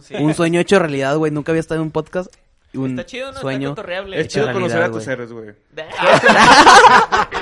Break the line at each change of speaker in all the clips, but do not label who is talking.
Sí. Un sueño hecho realidad, güey. Nunca había estado en un podcast. Un
Pues Está chido, ¿no?
sueño.
Está cotorreable.
Es chido
realidad,
conocer a
güey.
tus seres, güey.
Ah.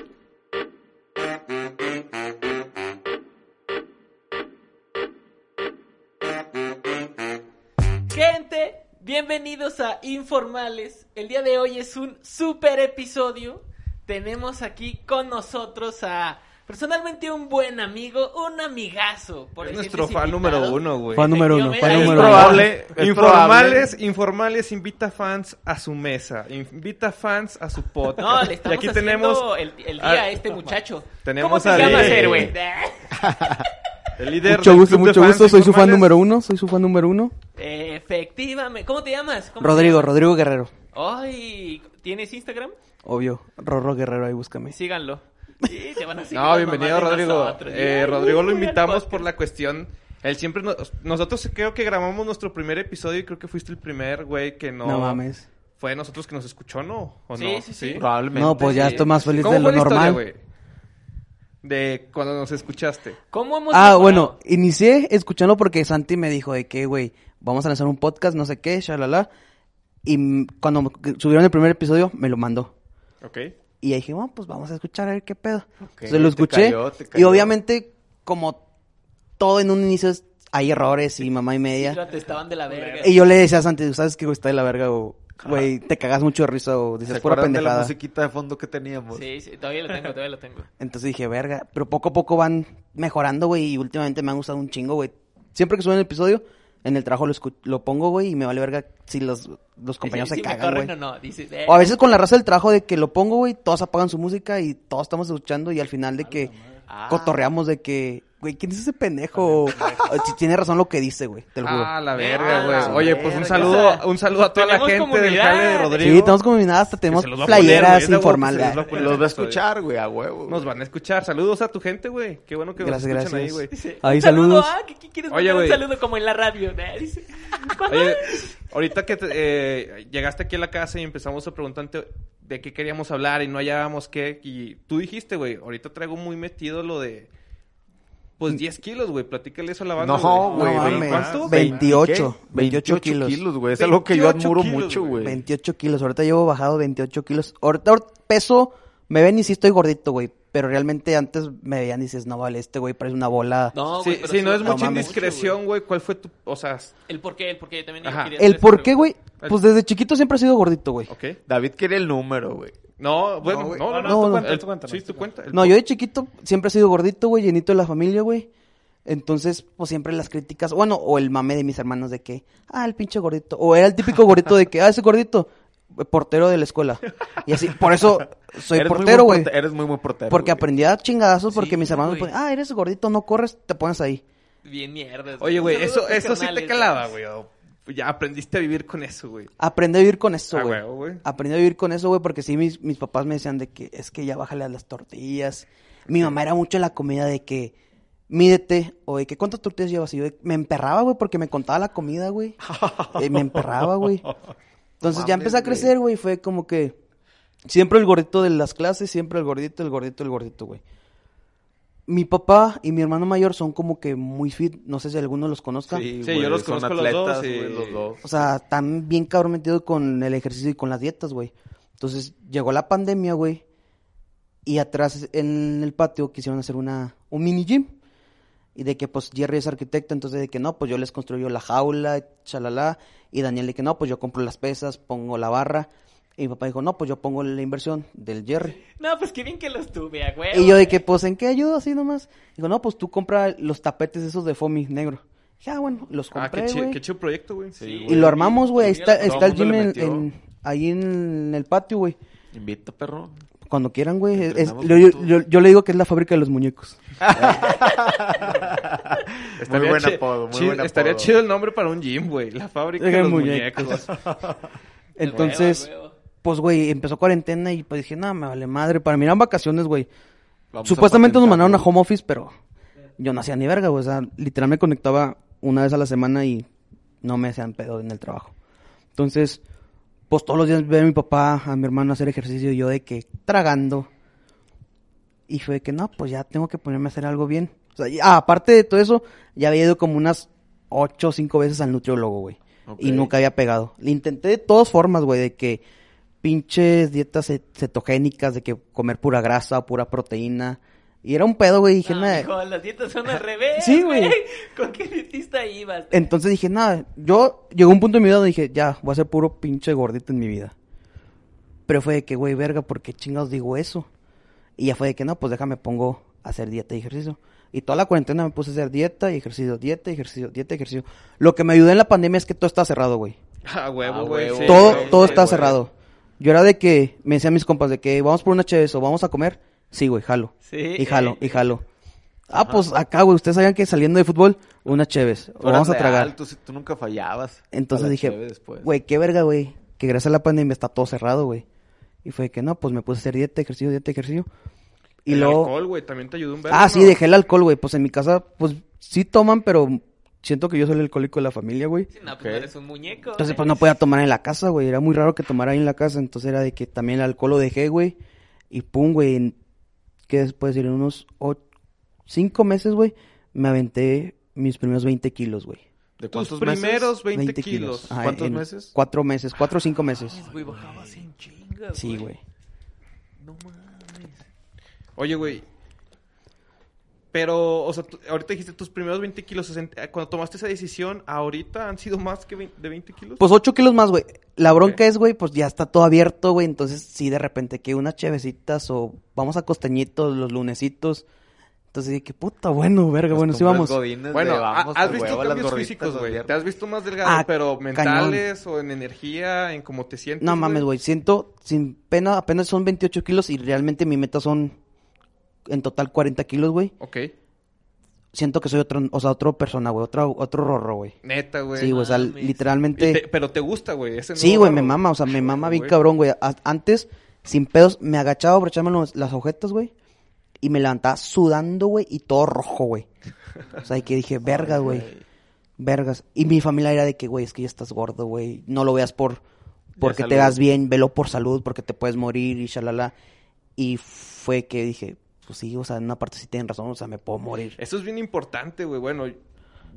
Gente, bienvenidos a Informales. El día de hoy es un super episodio. Tenemos aquí con nosotros a personalmente un buen amigo, un amigazo. Por
Es
decirles
nuestro fan
invitado.
número uno, güey.
Fan número uno. Fan
Es
Es
número uno.
probable.
Es
informales, informales, invita fans a su mesa. Invita fans a su podcast.
No, le
y
estamos
aquí
haciendo
tenemos
el, el día
a-
a este muchacho.
tenemos
¿Cómo se
al-
llama
Sí.
ser, güey?
el líder
Mucho
del
gusto,
club de
mucho
fans
gusto. Soy su fan
informales.
número uno. Soy su fan número uno.
Efectivamente. ¿Cómo te llamas? ¿Cómo te
Rodrigo,
llamas?
Rodrigo Guerrero.
Ay, ¿tienes Instagram?
Obvio.
Rorro Guerrero, ahí búscame.
Síganlo. Sí, te van a seguir
No,
las
bienvenido
mamás de
Rodrigo.
nosotros.
Eh,
Ya,
Rodrigo lo
ya,
invitamos
podcast.
por la cuestión. Él siempre nos- nosotros creo que grabamos nuestro primer episodio y creo que fuiste el primer güey que no,
No, mames.
fue de nosotros que nos escuchó, ¿no? ¿O
Sí,
no?
sí, sí.
Probablemente.
No, pues ya
sí.
estoy más feliz
¿Cómo
de lo
fue la historia,
normal.
güey? de cuando nos escuchaste.
¿Cómo hemos
ah,
mejorado?
bueno, inicié escuchando porque Santi me dijo de que, güey, vamos a lanzar un podcast, no sé qué, shalala. Y m- cuando m- subieron el primer episodio, me lo mandó.
¿Ok?
Y ahí dije, bueno, pues vamos a escuchar a ver qué pedo.
Ok,
Entonces lo
te
escuché.
cayó, te
Y
cayó.
obviamente, como todo en un inicio, es- hay errores y mamá y media.
Lo atestaban de la verga.
Y yo le decía a Santi, ¿sabes qué, güey? Está de la verga, o, güey, te cagas mucho de risa o
¿Se
dices pura
acuerdan de la
pendejada.
musiquita de fondo que teníamos?
Sí, sí, todavía lo tengo, todavía lo tengo.
Entonces dije, verga, pero poco a poco van mejorando, güey, y últimamente me han gustado un chingo, güey. Siempre que suben el episodio, en el trabajo lo, escu- lo pongo, güey, y me vale verga si los, los compañeros
Dice, "Sí
se
me
cagan,
corren
güey.
o no. Dice, eh,
O a veces con la raza del trabajo de que lo pongo, güey, todos apagan su música y todos estamos escuchando y al final de que
Ah.
cotorreamos de que, güey, ¿quién es ese pendejo? O, si tiene razón lo que dice, güey, te lo juro.
Ah, la
Ah,
verga, güey.
la
Oye, pues un
verga.
saludo, un saludo a toda la
Tenemos
gente del
comunidad.
jale de Rodrigo.
sí, tenemos combinada, hasta tenemos
se los va a poner, güey,
playeras
es de huevo que se
informales.
los va a poner.
Los va a escuchar, güey, a huevo.
Nos van a escuchar. Saludos a tu gente, güey. Qué bueno que nos
Gracias,
escuchan ahí,
gracias.
güey.
dice,
Ahí,
"Un saludo,
saludos.
ah, ¿qué, qué quieres
Oye,
mandar
güey.
un saludo como en la radio? Eh, dice, "Mamá".
Oye, ahorita que te- eh, llegaste aquí a la casa y empezamos a preguntarte de qué queríamos hablar y no hallábamos qué. Y tú dijiste, güey, ahorita traigo muy metido lo de. Pues 10 kilos, güey. Platícale eso a la banda.
No,
güey,
güey.
Mm. no
veinte-
mames.
¿Cuánto?
Ve- 28,
¿Qué?
28 kilos.
güey. Es algo que yo
28
admiro
kilos,
mucho,
güey.
güey.
28 kilos, ahorita llevo bajado 28 kilos. Ahorita ahor- peso, me ven y sí estoy gordito, güey. Pero realmente antes me veían y dices, no vale, este güey parece una bola.
No,
si
güey, pero
si no
sí,
es
no
mucha
mames.
indiscreción, güey, ¿cuál fue tu. O sea, s-
El por qué, el por qué. También yo
Ajá.
quería hacer
El
esa
por qué,
pregunta.
güey, pues desde chiquito siempre he sido gordito, güey.
¿ok?
David quiere el número, güey.
No, bueno,
güey.
no, no,
No,
no.
no.
tú cuenta,
El-
tú cuenta, Sí, tú cuenta. El-
No, yo de chiquito siempre he sido gordito, güey, llenito de la familia, güey. Entonces, pues siempre las críticas, bueno, o el mame de mis hermanos de que, ah, el pinche gordito. O era el típico gordito de que, ah, ese gordito, portero de la escuela. Y así, por eso soy
Eres muy
portero,
buen
güey.
porte- Eres muy buen portero.
Porque
güey.
aprendí a chingadazos porque
Sí,
mis hermanos me
güey.
ponían, ah, eres gordito, no corres, te pones ahí.
Bien mierda.
Oye, güey, eso, eso sí te calaba,
calaba,
güey. o- Ya aprendiste a vivir con eso, güey.
Aprendí a vivir con eso,
Ah,
güey.
huevo, güey.
Aprendí a vivir con eso, güey, porque sí, mis, mis papás me decían de que es que ya bájale a las tortillas. Mi mamá era mucho la comida de que mídete o de que cuántas tortillas llevas. Y yo de- me emperraba, güey, porque me contaba la comida, güey. Eh, me emperraba, güey. Entonces ya
Mames,
empecé a
güey.
crecer, güey. Fue como que siempre el gordito de las clases, siempre el gordito, el gordito, el gordito, güey. Mi papá y mi hermano mayor son como que muy fit. No sé si alguno los conozca.
Sí,
güey,
yo los
son
conozco a los dos,
atletas,
sí.
güey, los dos.
O sea, están bien cabrón metido con el ejercicio y con las dietas, güey. Entonces, llegó la pandemia, güey. Y atrás en el patio quisieron hacer una, un mini gym. Y de que, pues, Jerry es arquitecto, entonces de que no, pues yo les construyo la jaula, chalala. Y Daniel de que no, pues yo compro las pesas, pongo la barra. Y mi papá dijo, no, pues yo pongo la inversión del Jerry.
No, pues qué bien que los tuve, a güey.
Y yo de que, pues, ¿en qué ayudo así nomás? Dijo, no, pues tú compra los tapetes esos de Fomi negro. Dije, ah, bueno, los
Ah,
compré,
qué chido,
güey.
qué chido proyecto, güey.
Sí,
Y lo armamos, güey. Ahí está,
Todo
está el
mundo
gym
le
en,
metió.
en- ahí en el patio, güey.
Invita, perro.
Cuando quieran, güey. Es-
Entrenamos
le- yo,
juntos.
yo- yo le digo que es la fábrica de los muñecos.
muy buen
chi-
apodo, muy
chi-
buen
Estaría
apodo.
chido el nombre para un gym, güey. La fábrica de
Oigan,
los
muñecos.
muñecos.
Entonces,
Huevo, huevo.
pues, güey, empezó cuarentena y pues dije, no, me vale madre. Para mí eran vacaciones, güey.
Vamos a
Supuestamente nos mandaron a
patentarlo.
home office, pero yo no hacía ni verga, güey. O sea, literal me conectaba una vez a la semana y no me hacían pedo en el trabajo. Entonces, pues todos los días veo a mi papá, a mi hermano hacer ejercicio y yo de que tragando. Y fue de que no, pues ya tengo que ponerme a hacer algo bien. O sea, y- ah, aparte de todo eso, ya había ido como unas ocho o cinco veces al nutriólogo, güey. Y
Ok.
nunca había pegado. Le intenté de todas formas, güey, de que pinches dietas cet- cetogénicas, de que comer pura grasa, pura proteína. Y era un pedo, güey. Dije,
No,
"Nah".
mijo, las dietas son al revés.
Sí, güey.
güey. ¿Con qué dietista ibas?
Entonces dije, nada, yo llegó un punto en mi vida donde dije, ya, voy a ser puro pinche gordito en mi vida. Pero fue de que, güey, verga, ¿por qué chingados digo eso? Y ya fue de que, no, pues déjame pongo a hacer dieta y ejercicio. Y toda la cuarentena me puse a hacer dieta y ejercicio, dieta y ejercicio, dieta y ejercicio. Lo que me ayudó en la pandemia es que todo está cerrado, güey.
A
Ah,
huevo, güey.
huevo.
sí,
todo
güey,
todo
sí,
está
güey.
cerrado. Yo era de que me decían mis compas de que vamos por una chévere o vamos a comer. Sí, güey, jalo.
Sí.
Y jalo, y jalo. Ah, pues acá, güey, ustedes sabían que saliendo de fútbol, una chéves.
Tú
O vamos a
eras
tragar.
leal, tú, tú nunca fallabas. A
Entonces
la
dije,
cheve después.
güey, qué verga, güey. Que gracias a la pandemia está todo cerrado, güey. Y fue que no, pues me puse a hacer dieta, ejercicio, dieta, ejercicio. Y
el
luego.
alcohol, güey, también te ayudó un verbo.
ah, sí, dejé el alcohol, güey. Pues en mi casa, pues sí toman, pero siento que yo soy el alcohólico de la familia, güey.
Sí, no, pues
Ok.
no eres un muñeco.
Entonces,
¿eh?
pues no podía tomar en la casa, güey. Era muy raro que tomara ahí en la casa. Entonces era de que también el alcohol lo dejé, güey. Y pum, güey. en- Que después de unos o- cinco meses, güey, me aventé mis primeros 20 kilos, güey.
¿De
Tus
cuántos meses?
primeros 20, kilos.
Ajá,
¿Cuántos
Ah, en
meses?
Cuatro meses, cuatro o cinco meses.
Güey, bajabas en chingas,
Sí, güey.
No mames.
Oye, güey. Pero, o sea, tú- ahorita dijiste tus primeros 20 kilos. o sea, en- eh, Cuando tomaste esa decisión, ahorita han sido más que vein- de 20 kilos.
Pues ocho kilos más, güey. La bronca
Ok.
es, güey, pues ya está todo abierto, güey. Entonces, sí, de repente que unas chevecitas o vamos a costeñitos los lunesitos. Entonces, de que puta, bueno, verga,
Pues
bueno, sí vamos.
bueno, ha- has visto cambios físicos, güey. Te has visto más delgado,
Ah,
pero
cañón.
mentales o en energía, en cómo te sientes.
No mames, güey. Siento, sin pena, apenas son 28 kilos y realmente mi meta son en total 40 kilos, güey.
Ok.
Siento que soy otro, o sea, otra persona, güey. Otro, otro rorro, güey.
Neta, güey.
Sí, güey, o sea,
mames.
Y
literalmente.
te- pero te gusta, güey. ese
Sí,
nuevo
güey, me
barro.
mama, o sea, me mama bien
güey.
cabrón, güey. A- Antes, sin pedos, me agachaba, abrochándome los- las ojetas, güey. Y me levantaba sudando, güey, y todo rojo, güey. O sea, y que dije, vergas, güey. Vergas. Y mi familia era de que, güey, es que ya estás gordo, güey. No lo veas por porque
salud.
te veas bien, velo por salud, porque te puedes morir y shalala. Y fue que dije, pues sí, o sea, en una parte sí tienen razón, o sea, me puedo morir.
Eso es bien importante, güey. Bueno,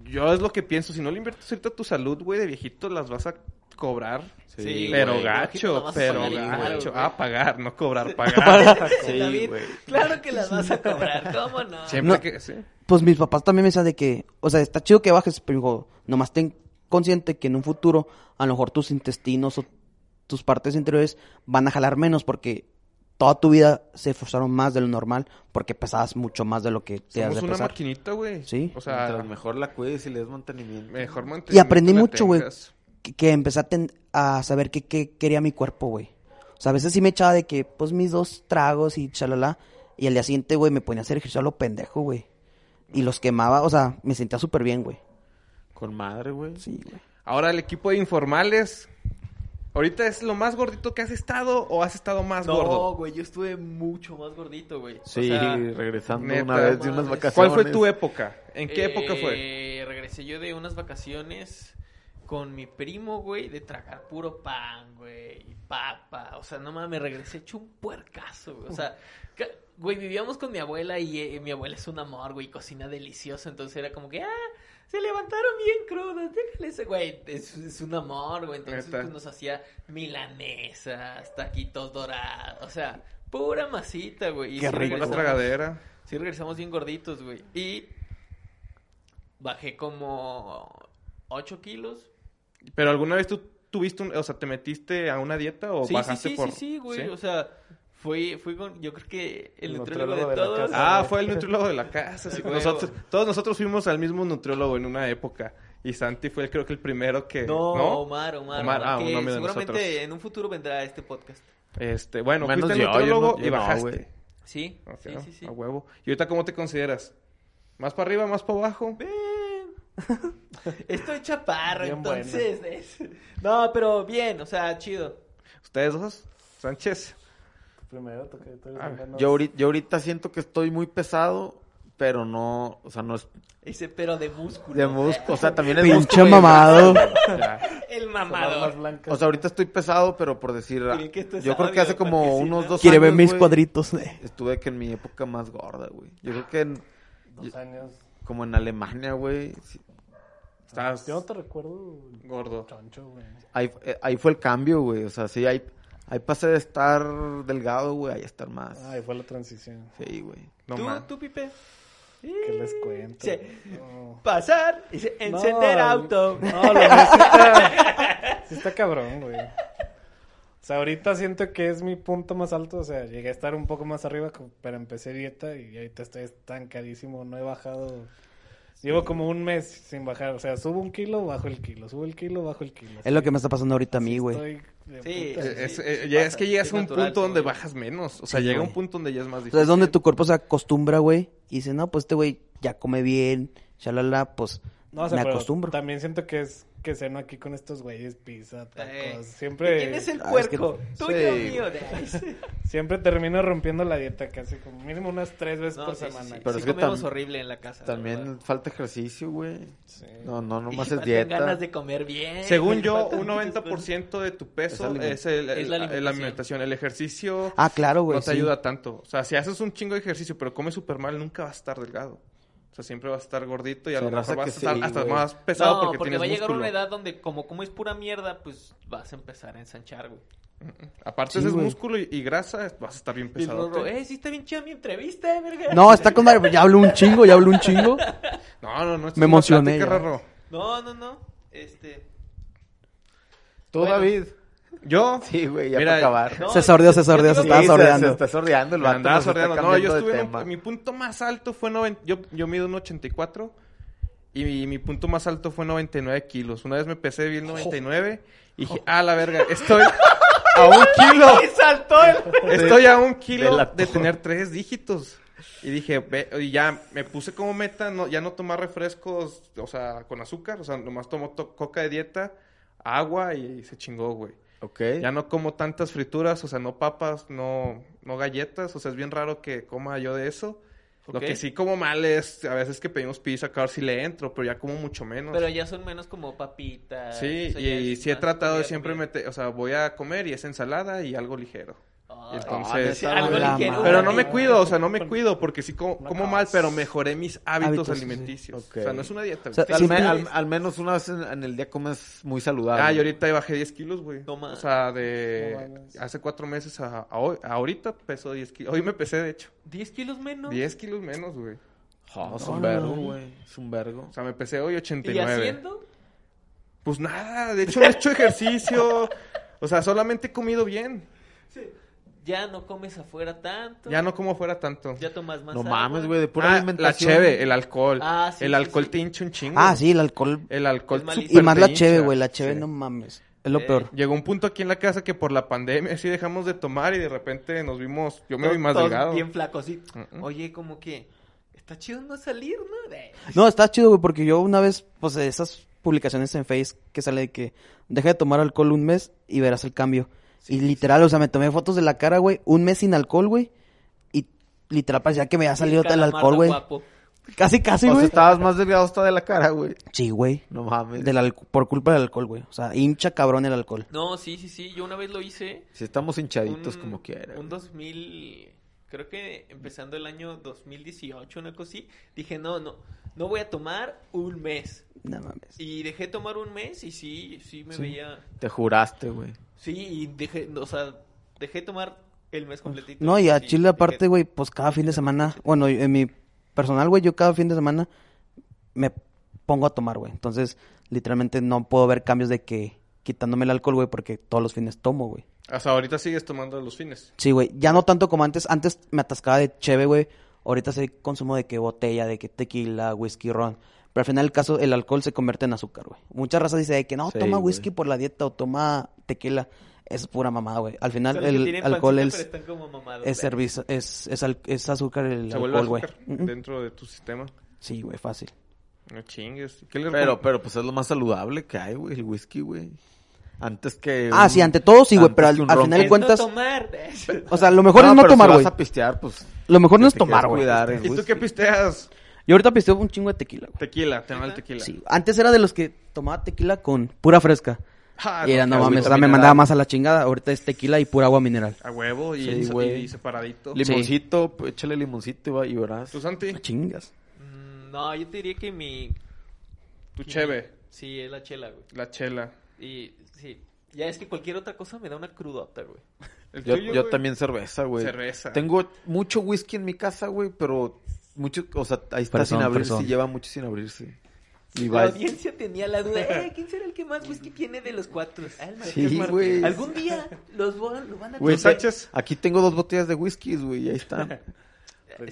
yo es lo que pienso. Si no le inviertes ahorita a tu salud, güey, de viejito, las vas a cobrar.
Sí,
Sí,
güey.
pero
Lo
viejito las
gacho,
vas a
pero
pagar igual,
gacho.
güey.
Ah, pagar, no cobrar, pagar.
Sí,
David,
güey.
claro que las vas a cobrar, ¿cómo no?
Siempre
No.
que... Sí.
Pues mis papás también me decían de que, o sea, está chido que bajes, pero hijo, nomás ten consciente que en un futuro a lo mejor tus intestinos o tus partes interiores van a jalar menos porque toda tu vida se esforzaron más de lo normal porque pesabas mucho más de lo que te has
Somos
de
una
pesar.
maquinita, güey.
Sí.
O
Mientras
sea,
mejor la cuides y le des mantenimiento.
mejor mantener.
Y aprendí mucho, güey. Que, que empecé a, ten- a saber qué qué quería mi cuerpo, güey. O sea, a veces sí me echaba de que, pues mis dos tragos y chalala. Y al día siguiente, güey, me ponía a hacer ejercicio a lo pendejo, güey. Y los quemaba, o sea, me sentía súper bien, güey.
Con madre, güey.
Sí, güey.
Ahora el equipo de informales. ¿Ahorita es lo más gordito que has estado o has estado más
No,
gordo?
güey, yo estuve mucho más gordito, güey. O
Sí,
sea,
regresando
neta.
una vez de unas vacaciones.
¿Cuál fue tu época? ¿En qué época fue?
eh, Regresé yo de unas vacaciones con mi primo, güey, de tragar puro pan, güey, y papa. O sea, no mames, regresé hecho un puercazo, güey. O sea, que- güey, vivíamos con mi abuela y eh, mi abuela es un amor, güey, cocina delicioso. Entonces era como que, ah, se levantaron bien crudos, déjale ese, güey. Es, es un amor, güey. Entonces
Neta.
pues, nos hacía milanesas, taquitos dorados, o sea, pura masita, güey. Y
Qué
sí
rico.
Una
regresamos-
tragadera.
Sí, regresamos bien gorditos, güey. Y bajé como 8 kilos.
¿Pero alguna vez tú tuviste un... O sea, ¿te metiste a una dieta o
sí, sí,
bajaste
sí,
por...?
sí, sí, güey.
¿Sí?
O sea, fui, fui con, yo creo que el
El
nutriólogo
nutriólogo
de
de la
todos. Ah,
casa.
Ah, fue el nutriólogo de la casa. sí.
Huevo.
Nosotros, todos nosotros fuimos al mismo nutriólogo en una época. Y Santi fue, creo que el primero que.
No, Omar, Omar.
Ah, Omar, ah,
que
un amigo de
seguramente
nosotros.
en un futuro vendrá este podcast.
Este, bueno,
Menos
fuiste
yo, yo
nutriólogo
no- yo
y
no,
bajaste.
güey.
Sí,
Ah, Ok,
sí, sí, sí.
A huevo. ¿Y ahorita cómo te consideras? ¿Más para arriba, más para abajo?
Estoy chaparro,
Bien bueno.
entonces. es- No, pero bien, o sea, chido.
¿Ustedes dos? Sánchez.
Primero toca tú
Ah,
eres menos-
Yo, ahorita, yo ahorita siento que estoy muy pesado, pero no, o sea, no es
Ese pero de músculo.
de músculo, o sea, también es
Pinche
músculo y-
mamado.
Ya.
El
Son armas
mamador.
blancas.
O sea, ahorita estoy pesado, pero por decir,
Creí que esto es
yo creo que
audio,
hace como
porque si
unos
no-
dos
Quiere ver
años,
mis
güey,
cuadritos. eh.
Estuve que en mi época más gorda, güey. Yo creo que en-
dos años.
como en Alemania, güey, sí,
Estás
Yo no te recuerdo
gordo.
choncho, güey.
ahí, eh, ahí fue el cambio, güey. O sea, sí, ahí, ahí pasé de estar delgado, güey, ahí a estar más.
Ay, fue la transición.
Sí, güey.
No
¿Tú,
más.
tú, Pipe?
¿Qué les cuento?
Sí.
No.
Pasar, y se- encender
No,
auto.
No, lo mío sí está, sí está cabrón, güey. O sea, ahorita siento que es mi punto más alto. O sea, llegué a estar un poco más arriba, co- pero empecé dieta y ahorita estoy estancadísimo. No he bajado. Llevo como un mes sin bajar. O sea, subo un kilo, bajo el kilo. Subo el kilo, bajo el kilo.
Es lo que me está pasando ahorita a mí, güey.
Estoy de
Sí,
puta.
Es,
Sí,
eh,
sí
ya
pasa,
es que llegas
es
a un
natural,
punto donde
güey.
bajas menos. O sea,
Sí,
llega
güey.
un punto donde ya es más
O sea,
difícil.
es donde tu cuerpo se acostumbra, güey. Y dice, no, pues este güey ya come bien, shalala, pues
No, o sea,
me
pero
acostumbro.
También siento que es que ceno aquí con estos güeyes, pizza, tacos.
Eh,
Siempre.
¿Quién es el
Ah, es que-
puerco? Tuyo o
Sí.
mío. De-
Siempre termino rompiendo la dieta casi como mínimo unas tres veces
No,
por
sí, sí,
semana.
sí.
Pero
Sí
es que
comemos
tam-
horrible en la casa.
También
la verdad.
falta ejercicio, güey.
Sí.
No, no,
Y
nomás es
faltan
dieta.
ganas de comer bien.
Según yo,
Faltan
un
muchas cosas.
90% de tu
Es
peso
aliment-
es, el-
es
el-
la
la,
alimentación.
alimentación. El ejercicio
Ah, claro, güey.
no te
sí.
ayuda tanto. O sea, si haces un chingo de ejercicio pero comes súper mal, nunca vas a estar delgado. O sea, siempre vas a estar gordito y a
Se
lo mejor
raza
vas a
que
estar
sí,
hasta
güey.
más pesado
no,
porque,
porque,
tienes
va a llegar
músculo.
una edad donde como como es pura mierda, pues vas a empezar a ensanchar, güey.
Aparte,
Sí,
ese es
güey.
músculo y, y grasa, vas a estar bien
Y el
pesado.
Rorro, eh, sí está bien chida mi entrevista, eh, verga.
No, está con madre, pues, ya hablo un chingo, ya hablo un chingo.
No, no,
Me
no. esto es una
emocioné
plática,
ya.
Rorro.
No, no, no. Este,
Tú,
Bueno.
David.
Yo
Sí, güey, ya
Mira,
para acabar.
no,
se sordió, se
yo-
sordió,
yo
se
digo
estaba
Sí, se-
sordeando.
Se, está sordeando el
me
vato.
andaba
nos está
sordeando. No,
cambiando
yo
de
estuve en un-
tema.
mi punto más alto fue 90, yo, yo mido un 84 y mi, mi punto más alto fue 99 kilos. Una vez me pesé bien 99 y dije, ah, la verga, estoy a un kilo.
¡Ay, saltó el...
Estoy a un
de la
kilo de
torre.
tener tres dígitos. Y dije, ve- y ya me puse como meta no, ya no tomar refrescos, o sea, con azúcar, o sea, nomás tomo to- coca de dieta, agua y se chingó, güey.
Ok.
Ya no como tantas frituras, o sea, no papas, no, no galletas, o sea, es bien raro que coma yo de eso. Lo
Ok.
que sí como mal es, a veces que pedimos pizza, claro, si le entro, pero ya como mucho menos.
Pero ya son menos como papitas.
sí,
o sea,
y,
ya
y
es
sí he
más
tratado de
comida,
siempre
comida.
meter, o sea, voy a comer y es ensalada y algo ligero.
Ah,
Y
Ah,
entonces...
neta,
algo
la
ligero,
madre.
Pero no me
güey.
cuido, o sea, no me cuido porque sí como, como mal, pero mejoré mis hábitos
Hábitos, sí, sí.
alimenticios.
Ok.
O sea, no es una dieta.
O sea,
güey.
Al,
Siempre-
me- al- al menos una vez en, en el día comes muy saludable.
Ah, y ahorita bajé 10 kilos, güey.
No mames.
o sea,
No
de
mames.
hace cuatro meses a, a hoy, ahorita peso 10 kilos. Hoy me pesé, de hecho.
10 kilos menos.
10 kilos menos, güey.
Oh, es
No,
un
no,
vergo,
no.
güey. Es un vergo.
O sea, me pesé hoy
¿Y
89.
haciendo?
Pues nada, de hecho no he hecho ejercicio. O sea, solamente he comido bien.
Ya no comes afuera tanto.
Ya no como fuera tanto.
Ya tomas más
No
agua.
mames, güey, de pura
Ah, la
alimentación.
cheve, el alcohol.
Ah, sí,
el
sí,
alcohol
sí.
te hincha un chingo.
Ah, sí, el alcohol.
El alcohol
Es malísimo.
Y más la
te
cheve,
hincha.
güey, la cheve
Sí.
no mames. Es lo
Eh,
peor.
Llegó un punto aquí en la casa que por la pandemia sí dejamos de tomar y de repente nos vimos, yo me
Todos-
vi más
todos
delgado.
Bien flaco, sí.
Mm, mm.
Oye, como que está chido no salir, ¿no? De-
No, está chido, güey, porque yo una vez, pues de esas publicaciones en Face que sale de que deja de tomar alcohol un mes y verás el cambio. y literal, o sea, me tomé fotos de la cara, güey, un mes sin alcohol, güey. Y literal parecía que me había salido el
Calamardo
alcohol, güey.
guapo.
Casi, casi,
o sea,
güey.
estabas más delgado hasta de la cara, güey.
Sí, güey.
No mames.
Del alco- por culpa del alcohol, güey. O sea, hincha cabrón el alcohol.
No, sí, sí, sí. Yo una vez lo hice.
Si estamos hinchaditos
un-
como quiera.
Un
güey.
2000, creo que empezando el año 2018, una cosa así, dije, no, no, no voy a tomar un mes.
No mames.
Y dejé tomar un mes y sí, sí me veía,
Te juraste, güey.
sí, y dejé, o sea, dejé tomar el mes completito.
No, y a
Sí,
Chile
dije,
aparte, güey, pues cada fin de semana, bueno, en mi personal, güey, yo cada fin de semana me pongo a tomar, güey. Entonces, literalmente no puedo ver cambios de que quitándome el alcohol, güey, porque todos los fines tomo, güey.
O sea, ahorita sigues tomando los fines.
Sí, güey, ya no tanto como antes. Antes me atascaba de cheve, güey. Ahorita sí consumo de que botella, de que tequila, whisky, ron. Pero al final del caso, el alcohol se convierte en azúcar, güey. Mucha raza dice de que no,
Sí,
toma
güey.
whisky por la dieta o toma tequila. Es pura mamada, güey. Al final,
Son los que
el
tienen
alcohol
pancita,
es,
pero están como mamados.
es, cerveza- es, es, al- es azúcar el
Se vuelve
alcohol, güey.
azúcar
Mm, mm.
dentro de tu sistema.
Sí, güey, fácil.
No chingues. ¿Qué le
Pero, pero pues es lo más saludable que hay, güey, el whisky, güey. Antes que.
Ah,
un-
sí, ante todo sí, güey,
antes
pero al-
que un
al
ron.
final de
Es
cuentas-
no tomar.
O sea, lo mejor
No,
es no
pero
tomar,
si
güey.
vas a pistear, pues.
Lo mejor no es
te
tomar,
quieres
güey.
cuidar el
¿eh? ¿Y tú
pues,
whisky.
qué pisteas?
Yo ahorita pisteo un chingo de tequila, güey.
Tequila, te mama el tequila.
Sí, antes era de los que tomaba tequila con pura fresca.
Ah,
y era,
no,
no
que
mames,
agüita
o sea, me
mineral.
mandaba más a la chingada. Ahorita es tequila y pura agua mineral.
A huevo y,
Sí,
en-
güey.
y separadito.
Limoncito, pues, échale limoncito y va- y verás.
¿Tú, Santi?
Chingas.
Mm, No, yo te diría que mi...
Tu cheve.
Sí, es la chela, güey.
La chela.
Y sí, ya es que cualquier otra cosa me da una crudota, güey.
El
Yo,
tuyo,
yo
güey.
también cerveza, güey.
Cerveza.
Tengo mucho whisky en mi casa, güey, pero mucho, o sea, ahí está
Fresón,
sin abrirse,
fresón.
lleva mucho sin abrirse. Y
La
va.
audiencia tenía la duda, eh, ¿quién será el que más whisky tiene de los cuatro? Ah, el Marqués
Sí,
Martínez.
güey.
Algún día los vo- lo van a
Güey,
Luis Sánchez.
Aquí tengo dos botellas de whisky, güey, ahí están.
Pues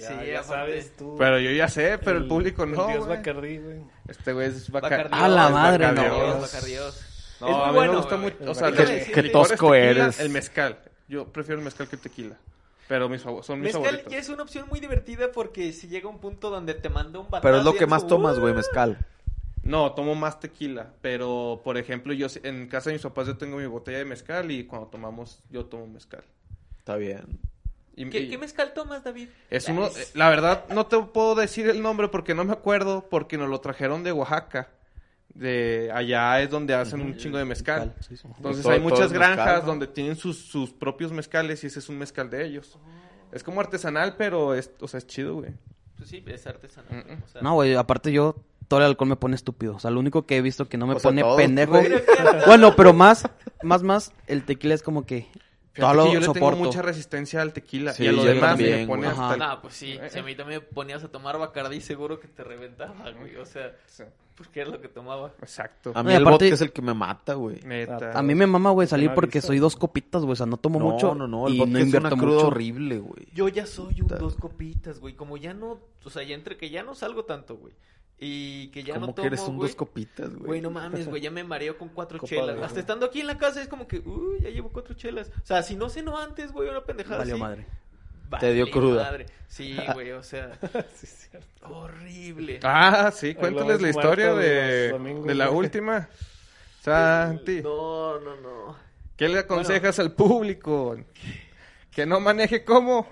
Eh, Sí,
ya,
aparte.
ya sabes tú.
Pero yo ya sé, pero el, público
el
no.
Dios
güey.
Bacardí, güey.
Este güey es
Bacardiós,
Bacardi.
Ah, la madre, no.
Bacardiós, Bacardiós. Es muy
a mí
bueno, eh.
me gusta
güey.
mucho. O sea,
Déjame
los-
decirte-
qué
el mejor es
tosco
tequila,
eres.
El mezcal. Yo prefiero el mezcal que el tequila. Pero mis favor, son mis
Mezcal
favoritos.
ya es una opción muy divertida porque si llega un punto donde te manda un batazo.
Pero es lo
y
que
es
más
como,
tomas, güey,
"Uh".
mezcal.
No, tomo más tequila. Pero, por ejemplo, yo sí- en casa de mis papás yo tengo mi botella de mezcal y cuando tomamos, yo tomo mezcal.
Está bien.
Y-
¿Qué,
y-
qué mezcal tomas, David?
Es uno,
Ah,
eh, la verdad, no te puedo decir el nombre porque no me acuerdo, porque nos lo trajeron de Oaxaca. De allá es donde hacen un chingo de mezcal.
Mezcal, sí, sí.
Entonces
Todo-
hay
todo
muchas
es mezcal,
granjas
¿no?
donde tienen sus, sus propios mezcales y ese es un mezcal de
Oh.
ellos. Es como artesanal, pero es, o sea, es chido, güey.
Pues sí, es artesanal.
Mm, mm.
o sea,
No, güey, aparte yo, todo el alcohol me pone estúpido. O sea, lo único que he visto que no me
O sea,
pone
todos,
pendejo.
güey.
Bueno, pero más, más, más, el tequila es como que todo
Fíjate
lo
que yo le
soporto.
tengo mucha resistencia al tequila
Sí,
y a lo
yo
demás
también,
me pone
güey.
hasta el-
Ah.
No, pues sí. Si a mí también me ponías a tomar Bacardí, seguro que te reventaba, güey. O sea, porque era lo que tomaba.
Exacto.
A
Ah.
No,
mí
y
el
aparte-
vodka es el que me mata, güey.
Neta.
A mí me mama, güey, salir
¿No has
porque
visto?
soy dos copitas, güey. O sea, no tomo
No,
mucho.
no, no, el
y
vodka
no
es una
invierto
cruda
mucho.
horrible, güey.
Yo ya soy un
Puta.
dos copitas, güey. Como ya no, o sea, ya entre que ya no salgo tanto, güey. Y que ya
Como
no tomo,
que eres un
güey.
dos copitas, güey.
Güey, no mames, güey, ya me mareo con cuatro
Copa
chelas.
de-
Hasta estando aquí en la casa es como que, uy, ya llevo cuatro chelas. O sea, si no cenó antes, güey, una pendejada
Valió
así,
madre.
valió
dio cruda.
madre. Sí, güey, o sea,
Sí, sí.
horrible.
Ah, sí,
lo
cuéntales la
ves muerto
historia
de
de,
los domingos,
de la
güey.
última. Santi.
No, no, no.
¿Qué le aconsejas al público? Que no maneje como.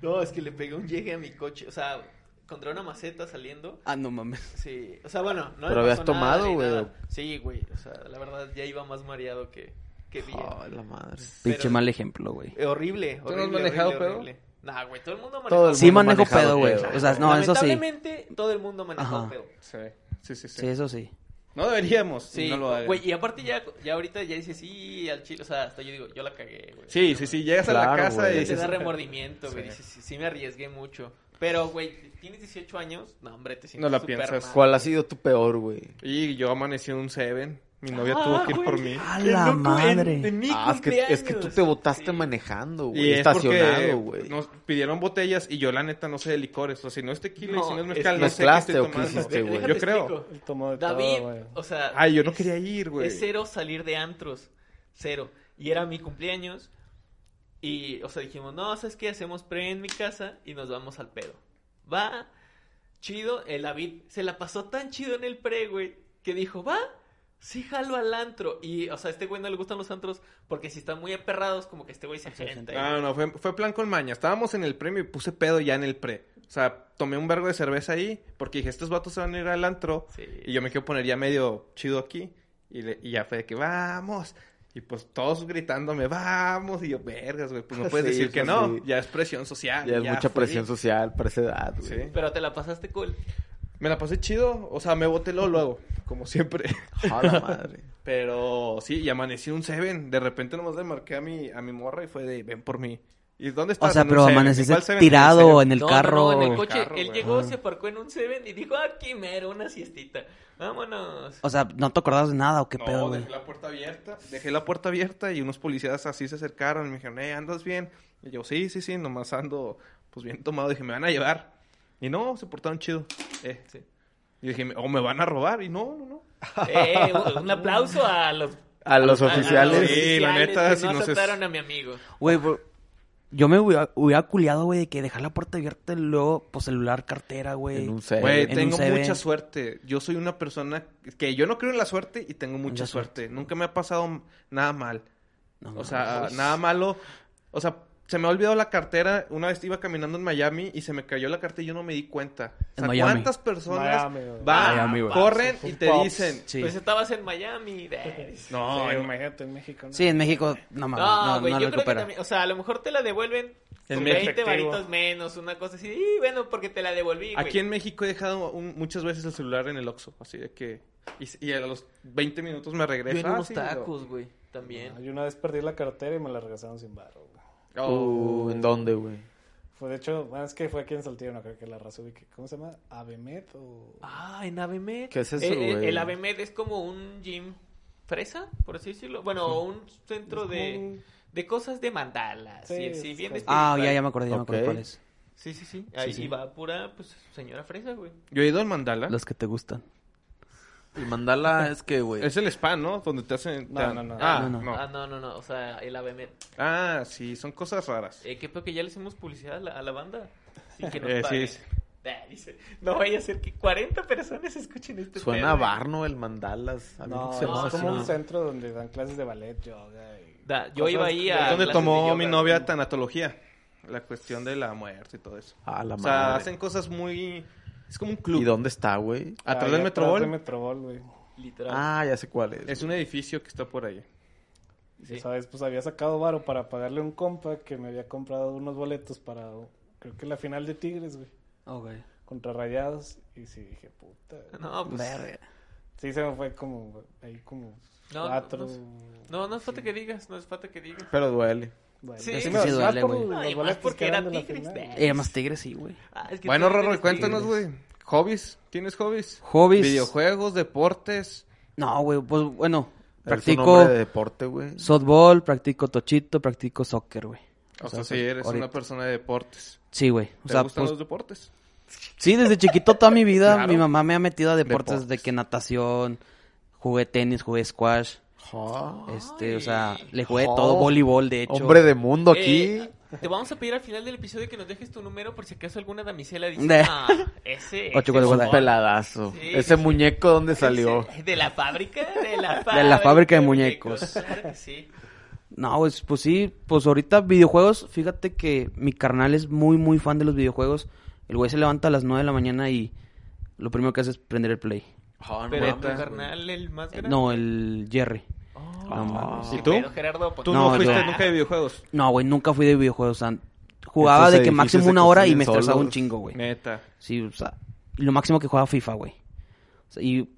No, es que le pegué un llegue a mi coche. O sea, contra una maceta saliendo.
Ah, no mames.
Sí, o sea, bueno, no
Pero
le
habías
pasó nada
tomado,
ni
güey,
nada.
o-
Sí, güey, o sea, la verdad ya iba más mareado que, que bien.
Ay, la madre.
Pinche
Pero-
mal ejemplo, güey.
Eh, Horrible,
¿Tú no has
horrible,
manejado
horrible,
pedo?
horrible. Nah, güey, todo el mundo
Todo el
maneja.
Sí
mundo
manejo
manejado
pedo, güey.
pedo.
O sea, no, eso sí.
Lamentablemente, todo el mundo maneja
Ajá.
pedo.
Sí, sí, sí. sí.
Sí, eso sí.
No deberíamos.
Sí,
no lo hagan.
güey, y aparte ya, ya ahorita ya dices, sí, al chile, o sea, hasta yo digo, yo la cagué, güey.
Sí, sí, sí. Llegas a la
Claro,
casa
güey.
y
Ya te
dices.
da remordimiento, güey, dices, sí, sí me arriesgué mucho. Pero, güey, tienes 18 años, no, hombre, te sientes
No la
súper
piensas.
mal.
¿Cuál ha sido tu peor, güey?
Y yo amanecí en un Seven. Mi novia
Ah,
tuvo que ir
güey.
por mí.
A
Qué
la
loco, en-
madre.
en mi
Ah, es que, es que tú
cumpleaños.
te botaste
Sí.
manejando, güey.
Y es porque
Estacionado, güey.
nos pidieron botellas y yo la neta no sé de licores. O sea, si no es tequila y
No,
si no es
es
mezcal,
que
no sé qué
mezclaste
estoy
o qué
tomando.
hiciste, güey.
Yo
Déjate
creo.
explico.
Él tomó de
David,
todo, güey.
o sea,
Ay, yo no
es-
quería ir, güey.
Es cero salir de antros. Cero. Y era mi cumpleaños. Y, o sea, dijimos, no, ¿sabes qué? Hacemos pre en mi casa y nos vamos al pedo. Va. Chido. El David se la pasó tan chido en el pre, güey, que dijo, va. Sí, jalo al antro. Y, o sea, a este güey no le gustan los antros porque si están muy aperrados, como que este güey se agenta.
No, no, fue, fue plan con maña. Estábamos en el premio y puse pedo ya en el pre. O sea, tomé un vergo de cerveza ahí porque dije, estos vatos se van a ir al antro.
Sí.
Y yo me quiero poner ya medio chido aquí. Y, le- y ya fue de que vamos. Y pues todos gritándome, vamos. Y yo, vergas, güey. Pues no puedes
Sí,
decir que
pues,
no.
sí.
Ya es presión social.
Ya es mucha
fue.
presión social para esa edad, güey.
Sí.
Pero te la pasaste cool.
Me la pasé chido. O sea, me boté luego, luego, como siempre.
A la madre.
Pero sí, y amanecí un Seven. De repente nomás le marqué a mi, a mi morra y fue de, ven por mí. ¿Y dónde estás?
O sea,
En un
pero
Seven.
amaneciste
¿Cuál Seven? En un Seven.
tirado en el
No, no,
carro.
No, en el coche.
Carro,
Él
güey.
llegó, se parcó en un 7 y dijo, aquí mero, una siestita. Vámonos.
O sea, ¿no te acordabas de nada o qué
No,
pedo, güey?
dejé la puerta abierta. Dejé la puerta abierta y unos policías así se acercaron y me dijeron, eh, ¿andas bien? Y yo, sí, sí, sí, nomás ando pues bien tomado. Dije, me van a llevar. Y no, se portaron chido. Eh,
Sí.
Y dije, o me van a robar. Y no, no, no.
Eh, un aplauso a los
A los
a- a
oficiales.
Sí, la
oficiales
neta,
que
si
no
no se-
aceptaron a mi amigo.
Güey, bro, yo me hubiera, hubiera culiado, güey, de que dejar la puerta abierta y luego, pues, celular, cartera, güey.
En un cel.
Güey,
En un
tengo
Seven.
mucha suerte. Yo soy una persona que yo no creo en la suerte y tengo mucha
Mucha
suerte. Nunca me ha pasado nada mal.
No,
o sea,
pues.
nada malo. O sea, se me ha olvidado la cartera. Una vez iba caminando en Miami y se me cayó la cartera y yo no me di cuenta. O sea,
En Miami.
¿cuántas personas
Miami, güey.
van,
Miami, güey.
corren
Fue
y
un
te
pops.
dicen...
Sí.
Pues estabas en Miami. de-
No,
Sí,
en-
imagínate en México. ¿no?
Sí, en México, no mames,
No,
no,
güey,
no
yo creo
lo
que
recupera.
también, o sea, a lo mejor te la devuelven
En
con
mi
20
efectivo.
varitos menos, una cosa así. Y bueno, porque te la devolví, güey.
Aquí en México he dejado un- muchas veces el celular en el Oxxo, así de que... Y, y a los 20 minutos me
Yo en
regresa.
unos tacos, güey, también.
Ah, Yo una vez perdí la cartera y me la regresaron sin barro, güey.
Oh.
Uh, ¿En dónde, güey?
Fue, de hecho, bueno, es que fue aquí en Saltillo, no creo que la raza ubique. ¿Cómo se llama? ¿Avemet o...?
Ah, en Avemed.
¿Qué es eso,
Eh, eh,
güey?
el Avemed es como un gym fresa, por así decirlo. Bueno, o un centro
Es como
de,
un-
de cosas de mandalas.
Sí,
y así,
es
bien
como-
Ah,
espiritual.
ya, ya me acordé, ya me acordé
Ok.
cuál es.
Sí, sí, sí. Ahí
sí.
va pura, pues, señora fresa, güey.
Yo he ido al Mandala.
Los que te gustan.
El mandala es que, güey.
Es el spa, ¿no? Donde te hacen...
No,
te-
no, no.
Ah,
No,
no.
no.
Ah, no, no, no. O sea, el Avemed.
Ah, sí, son cosas raras.
Eh, ¿Qué peor que ya le hicimos publicidad a la, a la banda? Sí, que nos
Eh, sí,
paguen.
sí.
Ah, dice, no vaya a ser que 40 personas escuchen este
Suena
pedo,
a
güey.
barno el mandalas. A mí
No,
se me
no,
es
hace
como
un-
un centro donde dan clases de ballet, yoga y...
Da, yo
cosas-
iba ahí a...
Es donde
clases de
tomó
yoga.
mi novia tanatología. La cuestión de la muerte y todo eso.
Ah, la
o sea,
madre.
hacen cosas muy... Es como un club.
¿Y dónde está, güey?
Atrás
Ahí
del
Atrás del
Metrobol.
Metrobol, güey.
Literal.
Ah, ya sé cuál es.
Es un edificio que está por ahí.
Sí.
¿Sabes? Pues había sacado varo para pagarle a un compa que me había comprado unos boletos para, creo que la final de Tigres, güey.
Ok.
Contra Rayados. Y sí, dije, puta.
No, pues...
Sí, se me fue como, ahí como
No, pues,
cuatro.
no sé. No, no es falta que digas, no es falta que digas.
Pero duele.
Bueno,
Sí. Es
sí
que
me
sí
los-
duele,
más por
güey.
los
No, y más
boletos
porque
que
era
eran de la
Tigres, eh.
final.
ve.
Era Eh, más tigre, sí, güey.
Ah, es que
Bueno,
tú eres
Rorro, cuéntanos,
tigre.
güey. Hobbies. ¿Tienes hobbies?
Hobbies.
Videojuegos, deportes.
No, güey, pues, bueno,
Practico. Este
practico
de deporte, güey.
softball, practico tochito, practico soccer, güey.
O,
O
sea,
sea, pues,
si eres
ahorita-
una persona de deportes.
Sí, güey. O
¿Te
sea,
gustan
pues,
los deportes?
sí, desde chiquito toda mi vida
Claro.
mi mamá me ha metido a deportes, de
Deportes.
que natación, jugué tenis, jugué squash,
Ah,
este, o sea, le jugué
Ajá.
Oh.
todo voleibol, de hecho.
Hombre de mundo aquí.
Eh, te vamos a pedir al final del episodio que nos dejes tu número por si acaso alguna damisela dice,
De-
ah, ese...
Ocho,
ese
cuatro,
Un
cuatro.
mamón,
peladazo.
Sí,
Ese
sí, sí.
muñeco, ¿dónde salió?
ese- De la fábrica, de la fábrica.
De la fábrica de muñecos.
Claro que sí.
No, pues, pues sí, pues ahorita videojuegos, fíjate que mi carnal es muy, muy fan de los videojuegos. El güey se levanta a las 9 de la mañana y lo primero que hace es prender el play.
Ah, no
Pero tu
mames, güey.
carnal, el más grande.
Eh, No, el Jerry.
Oh.
No,
Ah,
mames.
¿Y
¿Y tú?
Gerardo, pues,
Tú no,
No,
fuiste
yo-
nunca de videojuegos.
No, güey, nunca fui de videojuegos. o sea, jugaba
Estos
de que
edificios
máximo
se
una hora y
construyen
me estresaba
solos.
un chingo, güey.
Neta.
Sí, o sea, y lo máximo que jugaba FIFA, güey. O sea, y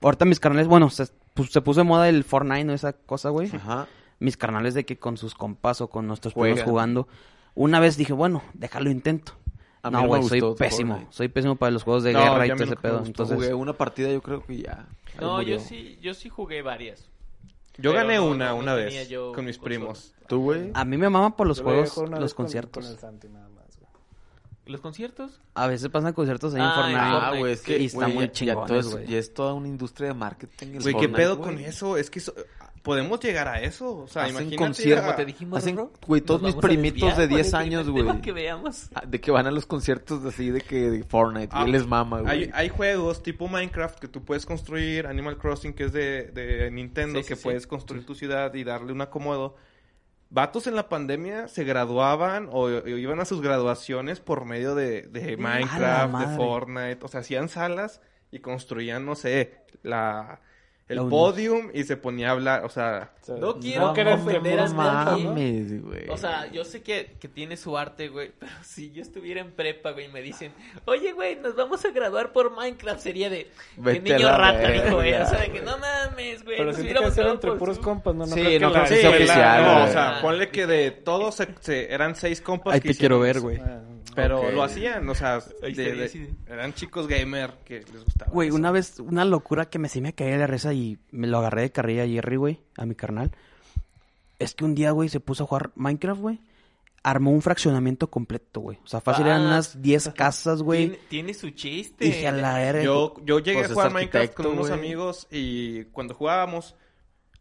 ahorita mis carnales, bueno, se, pues, se puso de moda el Fortnite, ¿no? Esa cosa, güey.
Ajá.
Mis carnales de que con sus compas o con nuestros
Juegan.
primos jugando. Una vez dije, bueno, déjalo intento.
A mí
no,
no me
güey, soy
gustó
pésimo.
Fortnite.
Soy pésimo para los juegos de
No,
guerra y
ya a
todo ese
mí nunca me
pedo.
gustó,
Entonces,
Jugué una partida, yo creo que ya. Ahí
No,
murió.
yo sí, yo sí jugué varias.
Yo
Pero
gané
no,
una
no, no
una
tenía
vez
yo
con mis
consola.
primos.
¿Tú, güey?
a mí me amaban por los
Yo había
juegos,
jugado una
los
vez con-
conciertos.
Con el Santi nada más, güey.
¿Los conciertos?
A veces pasan conciertos ahí
Ah,
en
en
Fortnite.
Ah, güey, es que
y está
güey,
muy
ya- ya
chingones,
todo es-
güey.
Ya es toda una industria de marketing. el
Güey, ¿qué
Fortnite,
pedo
güey.
con eso? Es que so- podemos llegar a eso. O sea,
Hacen
imagínate.
conciertos.
a-
te dijimos,
Hacen,
Rorro,
güey, todos
nos
mis
vamos a
primitos
desviar con
de
el
10
primer
años,
tema
güey.
que veamos.
Ah, De que van a los conciertos así de que de Fortnite,
Ah,
güey, les mama,
Hay,
güey.
hay juegos tipo Minecraft que tú puedes construir, Animal Crossing que es de, de Nintendo,
Sí, sí,
que
sí.
puedes construir tu ciudad y darle un acomodo. Vatos en la pandemia se graduaban o, o iban a sus graduaciones por medio de, de Minecraft, de
madre.
Fortnite. O sea, hacían salas y construían, no sé, la, el
La uni-
podium y se ponía a hablar. O sea,
O sea,
No quiero
querés
ofender a
no
nadie.
mames, güey.
O sea, yo sé que, que tiene su arte, güey, pero si yo estuviera en prepa, güey, y me dicen, oye, güey, nos vamos a graduar por Minecraft, sería de
Vete
"Qué niño
a la
rata, dijo, güey.
verga,
O sea, de que
güey.
no mames, güey.
Pero
nos
siento que
hubiéramos
hacer
graduado
entre
por
puros
su-
compas, ¿no? No
Sí,
creo que
no
la- Ah.
creo que sea
la-
oficial,
la- no, o
güey.
sea, ponle que de todos se- se- eran seis compas.
Ahí
que
te quiero
hicieron
ver,
eso.
pues,
güey.
Pero
Ok.
lo hacían, o sea,
Ahí
de-
estaría
de-
así.
eran chicos gamer que les gustaba.
Güey,
eso.
una vez, una locura que me sí me caí de la reza y me lo agarré de carrilla a Jerry, güey, a mi carnal. Es que un día, güey, se puso a jugar Minecraft, güey. armó un fraccionamiento completo, güey. O sea, fácil eran
Ah.
unas 10 casas, güey.
Tiene, tiene su chiste.
Dije a la verga.
Yo, yo llegué
Pues
a
es
jugar Minecraft con
arquitecto,
unos
güey.
amigos y cuando jugábamos,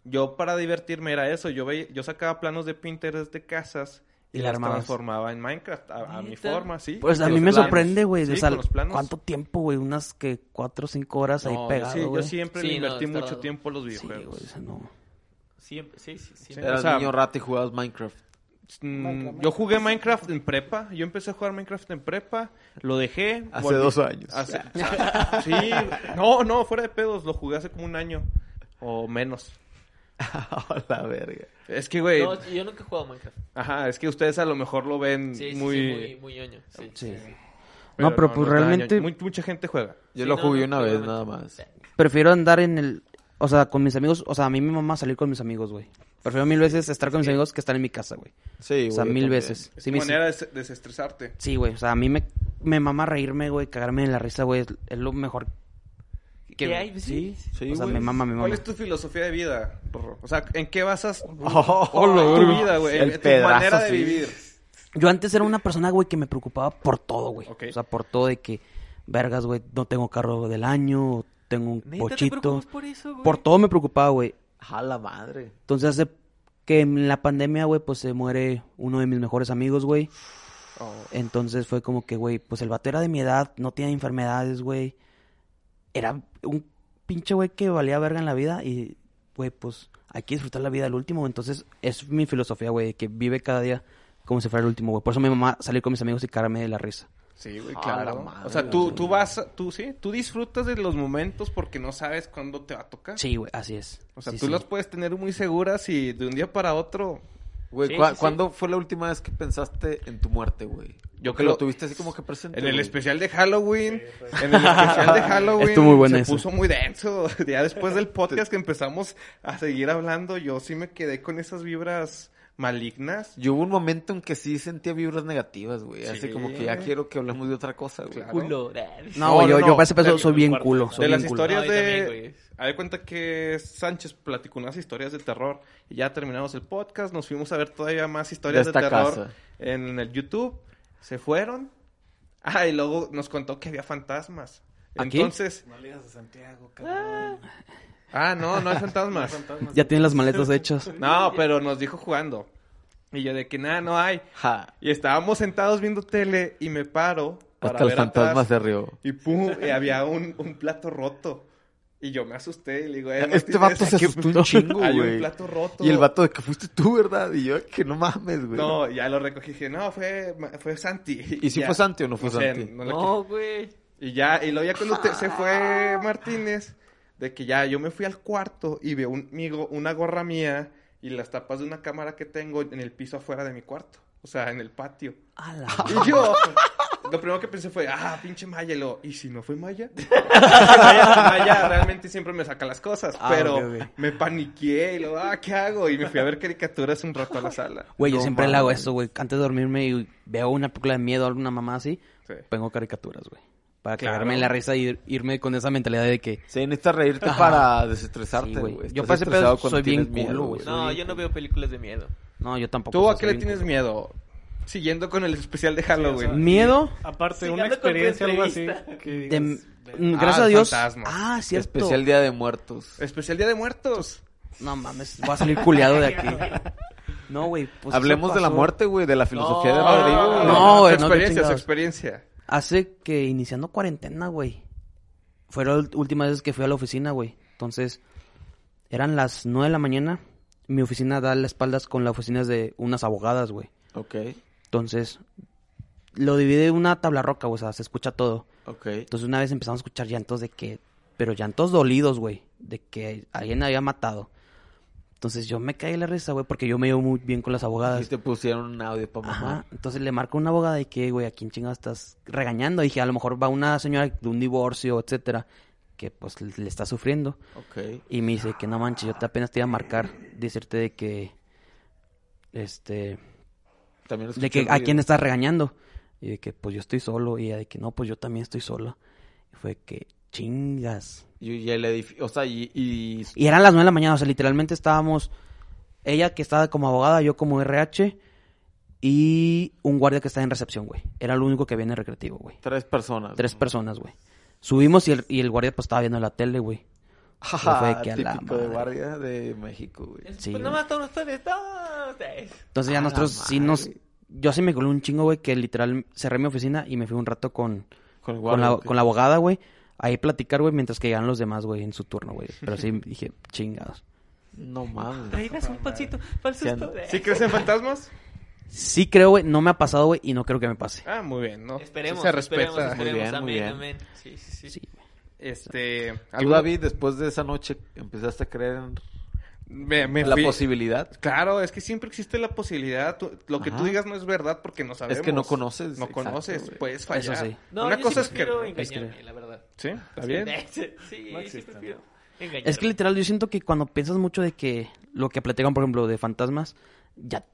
yo para divertirme era eso. Yo veía, yo sacaba planos de Pinterest de casas y,
Y la
las
armabas.
transformaba en Minecraft a, a mi
¿Neta?
forma, sí.
Pues a
Con
mí
los
me
planos.
sorprende, güey.
Sí,
o sea,
con los planos.
¿cuánto tiempo, güey? Unas que 4 o 5 horas ahí
No, yo, sí-
pegado,
yo
güey.
siempre
Sí,
le
no,
invertí
es
mucho
tardado.
tiempo a los
Sí, güey,
videojuegos.
o sea, no.
Siempre, sí, sí, sí.
o
Eras
sea-
niño rata y jugabas Minecraft.
Mm,
Minecraft,
Yo jugué Minecraft en prepa. Yo empecé a jugar Minecraft en prepa. Lo dejé.
Hace
volví-
dos años.
Hace- sí. No, no, fuera de pedos. Lo jugué hace como un año o menos.
A la verga.
Es que, güey.
No, yo nunca he jugado a Minecraft.
Ajá, es que ustedes a lo mejor lo ven
Sí, sí, sí,
muy...
muy... muy, ñoño. Sí.
Sí. No, pero pues
está
realmente-
ñoño. Mu- mucha gente juega.
Yo
Sí,
lo
no,
jugué
no,
una vez
seguramente.
nada más.
Prefiero andar en el. O sea, con mis amigos. O sea, a mí me mamá salir con mis amigos, güey. Prefiero mil veces estar con mis amigos que estar en mi casa, güey.
Sí,
O sea,
güey,
mil
yo también.
veces.
Es
Sí,
tu
me-
manera de des- desestresarte.
Sí, güey. O sea, a mí me, me mama reírme, güey. Cagarme en la risa, güey. Es, es lo mejor.
¿Qué hay? Sí.
Sí,
o sea,
güey.
me mama, me
¿Cuál
mama.
es tu filosofía de vida, Rorro? O sea, ¿en qué basas
Oh,
tu vida, güey?
El
En tu
pedazo,
manera de
sí.
vivir.
Yo antes era una persona, güey, que me preocupaba por todo, güey.
Ok.
O sea, por todo de que, vergas, güey, no tengo carro del año, o tengo un
¿Neta te
pochito.
preocupas por eso, güey?
Por todo me preocupaba, güey.
A la madre.
Entonces hace que en la pandemia, güey, pues se muere uno de mis mejores amigos, güey.
Oh.
Entonces fue como que, güey, pues el vato era de mi edad, no tenía enfermedades, güey. Era un pinche güey que valía verga en la vida y, güey, pues hay que disfrutar la vida al último. Entonces es mi filosofía, güey, que vive cada día como si fuera el último, güey. Por eso mi mamá salir con mis amigos y cargarme de la risa.
Sí, güey,
A
claro.
la madre,
o sea, tú,
güey.
tú vas, a- tú sí, tú disfrutas de los momentos porque no sabes cuándo te va a tocar.
Sí, güey, así es.
O sea,
Sí,
tú
sí.
las puedes tener muy seguras y de un día para otro...
Güey,
Sí,
¿cuá-
sí, sí.
¿cuándo fue la última vez que pensaste en tu muerte, güey?
Yo
Yo que
creo-
lo tuviste así como que presente.
En el
güey.
especial de Halloween, en el especial de Halloween,
Estuvo muy bueno
se
eso.
puso muy denso. Ya después del podcast que empezamos a seguir hablando, yo sí me quedé con esas vibras malignas.
Yo hubo un momento en que sí sentía vibras negativas, güey. Así
Sí.
como que ya quiero que hablemos de otra cosa, güey.
Claro.
Culo. Ah,
Oh, No, güey, yo,
No, no,
yo
no.
para ese peso
De-
soy bien
de-
culo.
de
soy
de las
bien culo.
historias
No, yo también,
de...
güey.
Haz de cuenta que Sánchez platicó unas historias de terror. Y ya terminamos el podcast, nos fuimos a ver todavía más historias de,
De esta
terror
casa.
en el YouTube. Se fueron. Ah, y luego nos contó que había fantasmas.
¿Aquí?
Entonces...
No le digas a Santiago, cabrón.
Ah, no, no hay fantasmas.
Fantasmas.
Ya tienen las maletas hechas.
No, pero nos dijo jugando. Y yo de que nada, no hay.
Ja.
Y estábamos sentados viendo tele y me paro para
Hasta el
ver
fantasma
atrás,
se rió.
Y pum, y había un, un plato roto. Y yo me asusté y le digo, eh,
Este vato se asustó un chingo,
Hay un
güey.
plato roto.
Y el vato de que fuiste tú, ¿verdad? Y yo, que no mames, güey.
No, ya lo recogí y dije, no, fue, fue Santi.
¿Y si
ya.
fue Santi o no fue
sé,
Santi?
no le quiero-
No, güey.
y ya, y luego ya cuando te- se fue Martínez, de que ya yo me fui al cuarto y veo un, mi go- una gorra mía y las tapas de una cámara que tengo en el piso afuera de mi cuarto. O sea, en el patio.
A la
Y yo, lo primero que pensé fue, ah, pinche Maya. Y, luego, ¿y si no fue Maya? Maya, Maya realmente siempre me saca las cosas,
Ah,
pero
ok, ok.
me paniqué y luego, ah, ¿qué hago? Y me fui a ver caricaturas un rato a la sala.
Güey, yo
No
siempre le hago
mames.
eso, güey. Antes de dormirme y veo una película de miedo o alguna mamá así,
Sí.
pongo caricaturas, güey. Para
Claro.
cagarme en la risa y ir- irme con esa mentalidad de que...
Sí, necesitas reírte para desestresarte,
Sí, güey.
güey.
Yo
Estás
para ese pedo
estresado cuando
soy bien
tienes
culo,
miedo,
güey.
No, yo no veo películas de miedo.
No, yo tampoco.
¿Tú
o pues
a
sea,
qué le
soy
tienes
bien
miedo? Siguiendo con el especial de Halloween.
culo. ¿Miedo?
Aparte,
Sigando
una
con tu
experiencia, algo así.
entrevista.
que
De-
digas,
mm,
Ah,
Gracias a
el
Dios.
fantasma.
Ah, cierto.
Especial Día de Muertos.
Especial Día de Muertos.
No mames, voy a salir culeado de aquí. No, güey. pues,
Hablemos
eso
de la
pasó.
muerte, güey, de la filosofía
No,
de
no,
Rodrigo.
no,
güey.
no.
Ah, su
güey, qué
experiencia, su
chingados.
experiencia.
Hace que iniciando cuarentena, güey. Fue la ult- última vez que fui a la oficina, güey. Entonces, eran las 9 de la mañana. Mi oficina da las espaldas con las oficinas de unas abogadas, güey.
Ok,
Entonces, lo divide una tabla roca, güey, o sea, se escucha todo.
ok.
Entonces, una vez empezamos a escuchar llantos de que, pero llantos dolidos, güey, de que alguien había matado. Entonces, yo me caí de la risa, güey, porque yo me llevo muy bien con las
Y
abogadas.
te pusieron un audio para mamá.
Ajá. Entonces, le marco a una abogada y que, güey, ¿a quién chingada estás regañando? dije, a lo mejor va una señora de un divorcio, etcétera, que pues le, le está sufriendo.
Ok.
Y me dice que no manches, yo te apenas te iba a marcar, decirte de que, este,
También
de
escuché
que
el
a
ruido.
quién estás regañando. Y de que pues yo estoy solo. Y ella de que no, pues yo también estoy sola. Y fue que chingas.
Y, y el edificio, o sea, y, y-
Y eran las nueve de la mañana, o sea, literalmente estábamos. Ella que estaba como abogada, yo como RH. y un guardia que estaba en recepción, güey. Era lo único que había en el recreativo, güey.
Tres personas.
Tres personas, güey. Subimos y el, y el guardia pues estaba viendo la tele, güey.
Ajá,
Fue que a la
típico de
madre.
guardia de México, güey.
pues
Sí, güey.
nomás todos ustedes, todos ustedes.
Entonces ya
A la
nosotros sí nos...
madre.
Yo sí me colé un chingo, güey, que literal cerré mi oficina y me fui un rato con,
Con,
con,
el guardia,
la,
ok.
con la abogada, güey. Ahí platicar, güey, mientras que llegan los demás, güey, en su turno, güey. Pero sí dije, chingados.
No mames.
Traídas un pocito para el
Sí,
susto.
ando-
¿Sí crees en fantasmas?
Sí creo, güey, no me ha pasado, güey, y no creo que me pase.
Ah, muy bien, ¿no?
Esperemos,
Sí se
esperemos,
respeta.
Muy
esperemos.
bien, muy
amén, amén.
bien.
Sí, sí, sí.
Sí, güey.
Este,
¿Tú,
¿algo-
David, después de esa noche empezaste a creer en
Me, me
la
fui-
posibilidad?
Claro, es que siempre existe la posibilidad. Tú- lo que tú
Ajá.
digas no es verdad porque no sabemos.
que no conoces,
No
exacto,
conoces,
güey.
puedes fallar.
Eso sí.
No,
Una
yo
cosa
sí
es que...
prefiero
es que-
engañarme, la verdad.
Sí, está bien.
Sí, sí,
No
sí
existe.
prefiero engañarme.
Es que literal, yo siento que cuando piensas mucho de que lo que platican, por ejemplo, de fantasmas, ya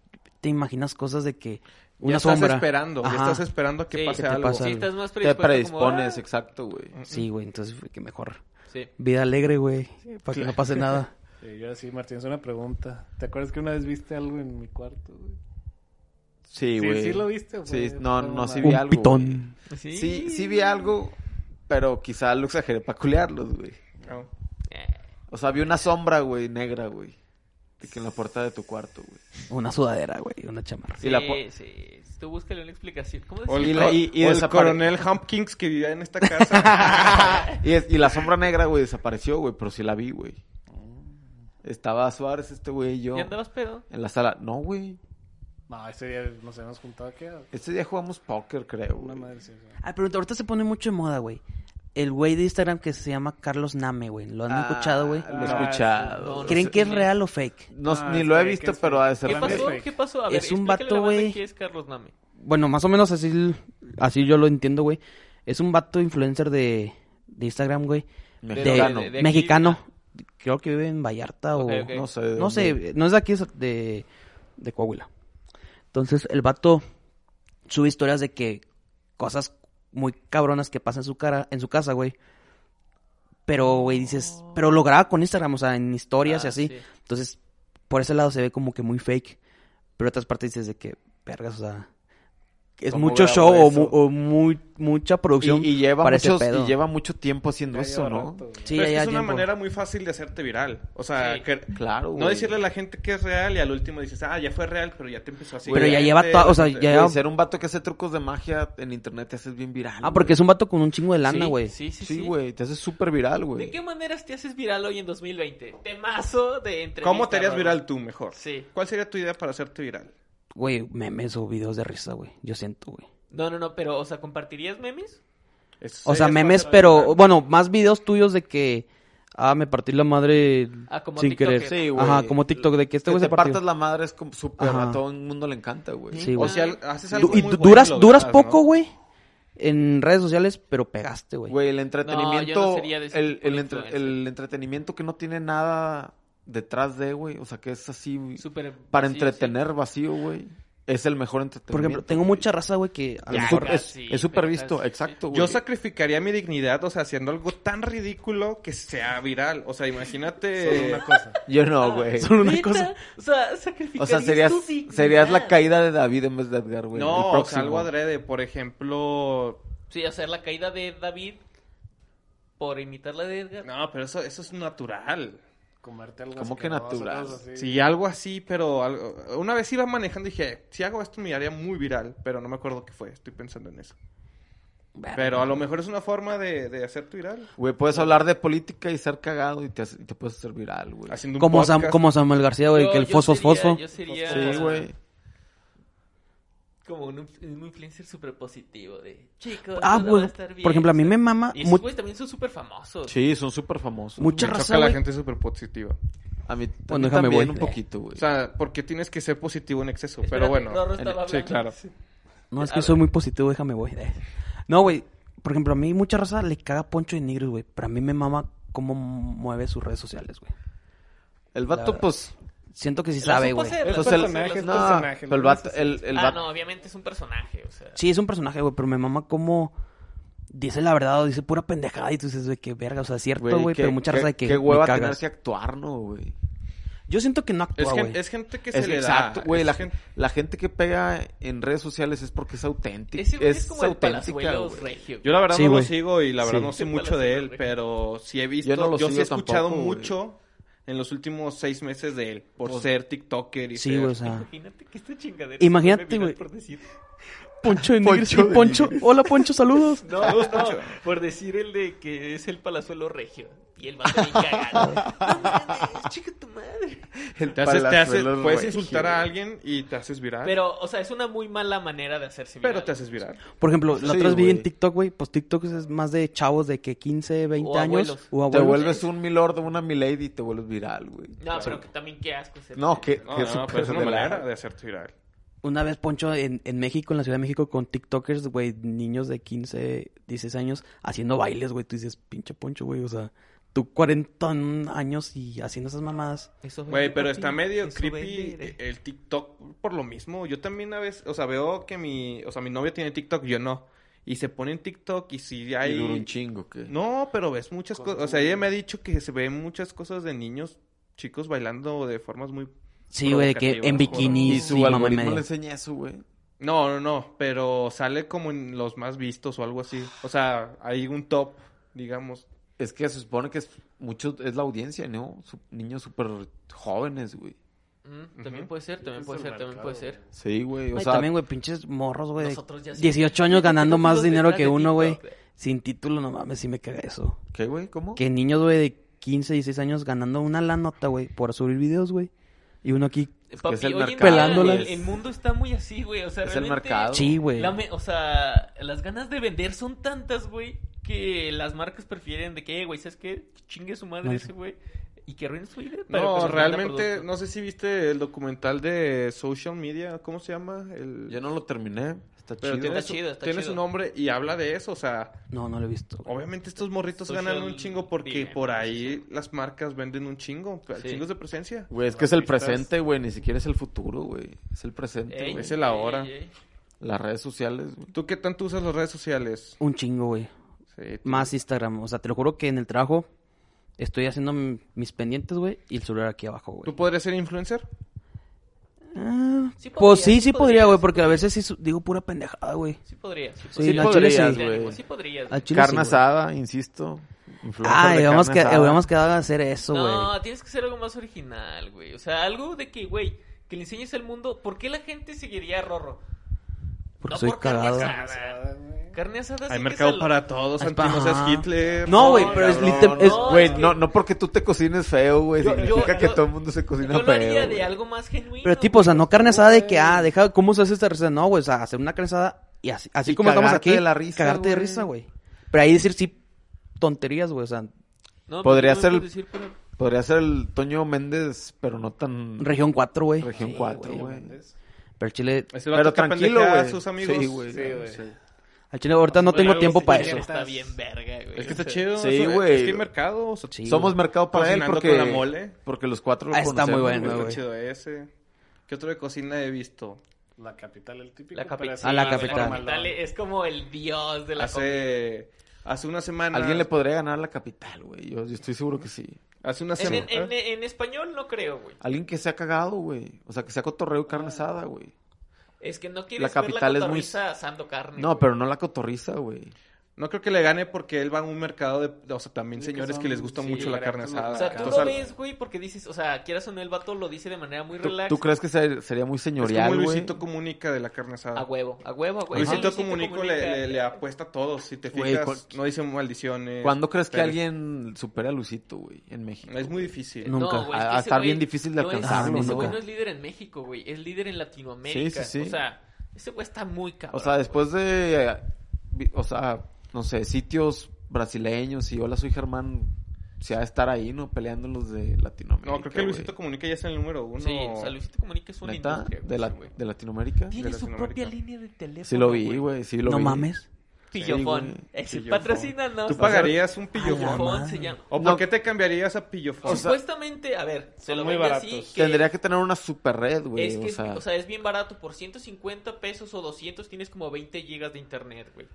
te imaginas cosas de que una
ya estás
sombra.
esperando, ya
Ajá.
estás esperando a que
Sí,
pase
que te
algo.
pasa
Sí,
algo.
estás más
Te
predispuesto
predispones,
como,
exacto, güey.
Sí, güey, entonces fue que mejor.
ah, sí.
Vida alegre, güey, para que no pase nada.
Sí, yo sí, Martín, es una pregunta. ¿Te acuerdas que una vez viste algo en mi cuarto, güey?
Sí,
Sí,
güey.
sí lo viste, güey.
Sí, no, no, sí
Un
vi algo.
pitón.
güey. Sí, sí vi algo, pero quizá lo exageré para culearlos, güey.
No.
Eh,
O sea, vi una sombra, güey, negra, güey. de que en la puerta de tu cuarto, güey.
Una sudadera, güey, una chamarra.
Sí,
Y la po-
sí. Tú búscale una explicación. ¿Cómo
O el,
Y
decir?
la-
co-
y- y
o el
desapare-
coronel Hopkins que vivía en esta casa.
Y, es- y la sombra negra, güey, desapareció, güey, pero sí la vi, güey. Estaba Suárez, este güey y yo.
¿Ya andabas pedo?
En la sala. No, güey.
No, ese día nos habíamos juntado aquí a
Este día jugamos póker, creo.
una
güey.
madre. sí, sí.
Ah, pero ahorita se pone mucho de moda, güey. El güey de Instagram que se llama Carlos Name, güey. ¿Lo han
Ah,
escuchado, güey?
Lo he
Ah,
escuchado.
sí. No, no
¿Creen
sé
que es
quién
real o fake?
No,
Ah,
ni
es
lo he
fake,
visto,
es fake.
pero ha de ser
¿Qué
real.
pasó?
fake.
¿Qué pasó? A ver,
Es un
explícale a la
vato,
banda
güey.
¿Quién es Carlos Name?
Bueno, más o menos así, así yo lo entiendo, güey. Es un vato influencer de, de Instagram, güey.
Mexicano.
de- de- aquí,
mexicano. Creo que vive en Vallarta o...
Ok, ok.
No sé. de
No
dónde.
sé, no es de aquí, es de, de Coahuila. Entonces, el vato sube historias de que cosas muy cabronas que pasan en su, cara, en su casa, güey. Pero, güey, dices... Pero lo graba con Instagram, o sea, en historias y
Ah,
así.
sí.
Entonces, por ese lado se ve como que muy fake. Pero otras partes dices de que, vergas, o sea... Es
¿Cómo
mucho
grabó
show o,
eso?
mu- o muy, mucha producción.
Y, y lleva
para ese
muchos-
pedo.
y lleva mucho tiempo haciendo
Ya
eso,
lleva
¿no?
rato, güey.
Sí,
Pero es, que
ya
es una
tiempo.
manera muy fácil de hacerte viral. O sea,
Sí.
que-
Claro, güey.
no decirle a la gente que es real y al último dices, ah, ya fue real, pero ya te empezó a seguir.
Pero
la
ya lleva
gente,
toda- o
la
sea,
gente.
ya-
Güey, ser un vato que hace trucos de magia en internet te haces bien viral.
Ah, porque es un vato con un chingo de lana,
Sí,
güey.
Sí, sí,
Sí,
sí.
güey, te haces súper viral,
¿De
güey.
qué maneras te haces viral hoy en 2020? Temazo de entrevista.
¿Cómo te harías
Raúl.
viral tú mejor?
Sí.
¿Cuál sería tu idea para hacerte viral?
Güey, memes o videos de risa, güey. Yo siento, güey.
No, no, no, pero, o sea, ¿compartirías memes?
Eso
O sea,
sería
memes,
fácil.
pero... Bueno, más videos tuyos de que... Ah, me partí la madre
Ah, como
sin
TikToker.
querer.
Sí, güey.
Ajá, como TikTok, de que este
Que
güey
te
se partió.
partas la madre es como súper
Ajá.
a todo el mundo le encanta, güey.
Sí,
O
güey.
sea, haces
Du-
algo
y
muy
du-
bueno
duras,
y lo
duras
grabas, ¿no?
poco, güey, en redes sociales, pero pegaste, güey.
Güey, el
No, yo
entretenimiento.
no sería de ese
el,
tipo
el
de
entre-
influencer.
el entretenimiento que no tiene nada detrás de, güey. O sea, que es así. güey,
Súper.
para
sí,
entretener vacío, güey. Es el mejor entretenimiento.
Por ejemplo, tengo
güey.
mucha raza, güey, que a lo
Ya,
mejor...
ya.
Es
Ah, Sí,
es súper
pero
visto,
estás-
exacto, güey.
Yo sacrificaría mi dignidad, o sea, haciendo algo tan ridículo que sea viral. O sea,
Solo
imagínate.
una cosa.
Yo no, güey.
Solo una
¿Neta?
cosa.
O sea, sacrificarías
O sea, serías,
tu dignidad.
serías la caída de David en vez de Edgar, güey. el
No, o sea,
próximo.
algo adrede. Por ejemplo.
Sí, o sea, la caída de David por imitar la de Edgar.
No, pero eso, eso es natural.
Comerte algo
¿Cómo que
asqueroso,
natural?
cosas así.
Sí, algo así, pero algo- una vez iba manejando y dije, si hago esto me haría muy viral, pero no me acuerdo qué fue, estoy pensando en eso. Pero a lo mejor es una forma de, de hacerte viral.
Güey, puedes hablar de política y ser cagado y te, hace- y te puedes hacer viral, güey.
Haciendo un
Como, Sam-
podcast.
como Samuel García, güey,
Yo-
que el
yo
fosfos
sería-
fosfo.
Yo sería.
Sí, güey.
Como un, un influencer súper positivo de chicos.
Ah,
todo va a
güey.
estar bien",
Por ejemplo, a mí
o sea,
me mama...
Y
mu-
esos güeyes también son súper famosos.
Sí, son súper famosos.
Mucha
Me
raza,
choca la
güey.
gente súper positiva.
A mí, a mí
Bueno, déjame
también
voy.
un poquito, güey.
O sea, porque tienes que ser positivo en exceso,
Espérate,
pero bueno.
Rorro
en-
estaba
sí,
hablando.
claro.
No, es
A
que
ver.
soy muy positivo, déjame, güey. No, güey. Por ejemplo, a mí mucha raza le caga Poncho de Negro, güey. Pero a mí me mama cómo mueve sus redes sociales, güey.
el
la
vato,
verdad.
pues...
Siento que sí sabe,
un
güey.
pose- Es
pues
personaje,
el,
es
no,
personaje,
pero el
no
vato...
necesitas-
El, el
ah,
vato
no, obviamente es un personaje, o sea.
Sí, es un personaje, güey, pero me mama cómo dice la verdad o dice pura pendejada y tú dices, güey, qué verga, o sea, es cierto,
güey,
güey,
qué-
pero mucha
qué-
raza de que
Qué
me
hueva
cagas.
tenerse a actuar, ¿no, güey?
Yo siento que no
Es,
actúa,
gen-
güey.
es gente que se
Es-
le
exacto,
da.
güey.
es
La,
gente-
la gente que pega en redes sociales es porque es auténtica.
Ese güey
es,
es, como el
auténtica,
palazuelos
güey.
regio.
Yo la verdad
Sí,
no
güey.
lo sigo y la verdad
Sí.
no sé
Sí,
mucho
puede
de
ser,
él,
güey.
pero sí he visto,
Yo
yo,
no lo
sí
sigo
he escuchado
tampoco, güey.
mucho en los últimos seis meses de él por
Pues-
ser TikToker y
Sí,
ser-
güey, o sea.
Imagínate que esta chingadera.
Ah. Imagínate,
se vuelve
güey.
viral Por decir,
Poncho de
Poncho
Nigris.
de
Poncho, hola Poncho, saludos.
no, no, por decir el de que es el palazuelo regio. Y el vato bien cagado. No mames, chica tu madre.
El
Te haces, te haces-
palazuelos
puedes
regio,
insultar a
güey.
alguien y te haces viral, pero,
Pero, o sea, es una muy mala manera de hacerse viral.
Ah. te haces viral.
Por ejemplo, la
Sí,
otra vez vi en
güey.
TikTok, güey, pues TikTok es más de chavos de que 15, 20
O
años.
abuelos.
O
Te
abuelos.
vuelves un milord o una milady y te vuelves viral, güey.
No, pero que también qué asco. ser-
No, que,
No,
que
no, no, pero es una
de la-
manera de hacerte viral.
Una vez Poncho en, en México, en la Ciudad de México, con TikTokers, güey, niños de 15, 16 años haciendo bailes, güey. Tú dices, pinche Poncho, güey, o sea, tú 40 años y haciendo esas mamadas.
Eso vende,
Güey, pero
papi,
está medio
eso
creepy eh,
vende.
el TikTok por lo mismo. Yo también a veces, o sea, veo que mi, o sea, mi novia tiene TikTok, yo no. Y se pone en TikTok y si
Y
hay...
dura un chingo, que.
No, pero ves muchas
Con-
cosas. O sea, ella me ha dicho que se ven muchas cosas de niños, chicos bailando de formas muy.
Sí, güey, de que en
Provocativas,
y
bikinis
su
y mamá y
algoritmo le
media.
enseña eso, güey.
No, no, no. Pero sale como en los más vistos o algo así. O sea, hay un top, digamos.
Es que se supone que es mucho, es la audiencia, ¿no? Su- niños súper jóvenes, güey.
Mm, También
eh, Ujú.
puede ser, también puede ser, también puede ser.
Sí, güey. O
Ay,
sea,
también, güey, pinches morros, güey. de
Nosotros ya sí.
18 años ganando más
¿Dónde
dinero
está
que
de
uno, güey.
TikTok?
Sin título, no mames, sí me caga eso.
¿qué, güey? ¿Cómo?
Que niños, güey, de 15, 16 años ganando una lanota, güey, por subir videos, güey. Y uno aquí,
Eh,
que es el
hoy en día
mercado,
el,
es-
el mundo está muy así, güey. O sea,
Es el
realmente,
mercado.
sí, güey.
la me- o sea, las ganas de vender son tantas, güey, que las marcas prefieren de que, "Eh, güey, ¿sabes qué? Chingue su madre
No, sí.
ese, güey. Y que arruine su vida. para
No,
empezar a vender
realmente,
producto.
no sé si viste el documental de Social Media, ¿cómo se llama? El...
Yo no lo terminé. Está
Pero
chido.
tiene,
Está
su,
chido, está
tiene
chido.
su nombre y habla de eso, o sea,
No, no lo he visto. güey.
obviamente estos morritos
Social
ganan un chingo porque
media,
por
¿no?
ahí las marcas venden un chingo,
Sí.
chingos de presencia.
Güey, es que es el
Artistas.
presente, güey. Ni siquiera es el futuro, güey. Es el presente,
Ey,
güey.
es el ahora.
ey, ey.
Las redes sociales, güey.
¿Tú qué tanto usas las redes sociales?
Un chingo, güey.
Sí, tú-
Más Instagram. O sea, te lo juro que en el trabajo estoy haciendo m- mis pendientes, güey, y el celular aquí abajo,
pues.
¿Tú
güey.
podrías ser influencer?
Pues
Ah,
Sí
pues
podrías,
sí,
sí
sí podría,
podrías.
güey, porque a veces sí su- digo pura pendejada, güey.
Sí podría. Sí,
Sí,
podría.
al chile
podrías,
sí.
Te animo,
güey.
sí podrías,
Al
güey.
chile sí,
Carne
güey.
asada, insisto.
Ah, habíamos, que,
que
habíamos quedado a hacer eso, güey.
No, tienes que ser algo más original, güey. O sea, algo de que, güey, que le enseñes al mundo por qué la gente seguiría a Rorro.
porque
no
soy
por carne
cagado.
asada.
Pasada, güey.
Carne asada sí
Hay
que
mercado
sal-
para todos,
Ay,
Santi, no
ajá.
seas Hitler.
No, güey,
No,
pero es
cabrón,
literal. es-
no.
Güey, no, no porque tú te cocines feo, güey.
Yo- yo-
Significa que
yo-
todo el mundo se cocina
Yo lo haría
feo.
de
güey.
algo más genuino.
Pero tipo, o sea,
güey.
no carne asada de que, ah, deja, ¿cómo se hace esta receta? No, güey, o sea, hacer una carne asada y así, así
Y
como estamos
cagarte
aquí,
de la risa,
cagarte de
güey.
risa, güey. Pero ahí decir sí tonterías, güey, o sea,
No,
Podría
pero no
ser-
puedes decir, pero-
Podría ser el Toño Méndez, pero no tan.
región 4, güey.
Región
Sí,
4,
güey.
güey.
Pero el chile,
Ese vato
Pero
que
tranquilo,
pendejea a
güey.
sus amigos.
Sí, güey.
Sí, güey.
Sí.
al chile ahorita no
Bueno,
tengo
algo
tiempo
que
para
sí
eso.
Está bien verga, güey.
Es que está chido.
Sí,
eso-
güey.
Es que hay mercado. o sea,
Sí,
Somos mercado para él
Cocinando
porque,
con la mole.
porque los cuatro lo
Ah, está muy
conocemos,
bueno,
está
güey.
chido ese. ¿Qué otro de cocina he visto?
La capital, el típico.
La capi-
pero así,
Ah, la
güey,
capital.
formalón.
es como el dios
Ah,
de la comida.
Hace... Hace una semana...
Alguien le podría ganar la capital, güey. Yo, yo estoy seguro que sí.
Hace una
En,
Ah.
semana...
en- en- en español no creo, güey.
Alguien que se ha cagado, güey. O sea, que sea cotorreo y carne asada, güey.
Es que no quieres
La
ver
capital
la
es muy-
cotorriza asando carne.
No,
güey.
pero no la cotorriza, güey.
No creo que le gane porque él va a un mercado de... O sea, también señores que,
son-
les gusta
sí,
mucho la carne
correcto,
asada.
O sea, tú
Entonces,
lo ves, güey, porque dices, o sea, quieras o no, el vato lo dice de manera muy
¿Tú,
relax.
tú crees que ser- sería muy
Es como
señorial, güey?
Luisito Comunica de la carne asada.
A huevo, a huevo, a huevo.
Luisito,
Luisito
Pues Comunico
Comunica.
Le, le- le apuesta a todos. Si te
Güey,
fijas,
cu-
no dice maldiciones.
¿Cuándo crees que
pero-
alguien supere a Lucito, güey? En México.
Es muy difícil.
No. Nunca.
güey, es que
A-
ese
está
güey
bien difícil de
no es-
alcanzarlo,
ese güey
nunca.
no es líder en México, güey. Es líder en Latinoamérica.
Sí, sí, sí.
O sea, ese güey está muy cabrón.
O sea, después de. eh, vi- O sea, no sé, sitios brasileños y Hola, soy Germán. Se ha de estar ahí, ¿no? Peleando los de Latinoamérica.
No, creo que Luisito
güey.
Comunica ya es el número uno.
güey. Sí, o sea, Luisito Comunica es una
¿Neta?
industria, güey,
De, la-
ese güey.
de Latinoamérica.
Tiene su
Latinoamérica.
propia línea de teléfono,
Sí lo vi, güey. Sí lo
No
vi.
mames.
Sí,
Pillofón. Eh,
güey.
Ese
Pillofón.
patrocina, no.
¿Tú pagarías un
Ay, la
pillofón?
madre.
Pillofón se llama.
¿O por
No.
qué te cambiarías a pillofón?
O sea-
Pues, Supuestamente, a ver, se
Son
lo
muy
vende así.
baratos.
que
Tendría que tener una super red, güey.
es que,
o sea,
es bien barato. Por 150 pesos o 200 tienes como 20 gigas de internet, güey.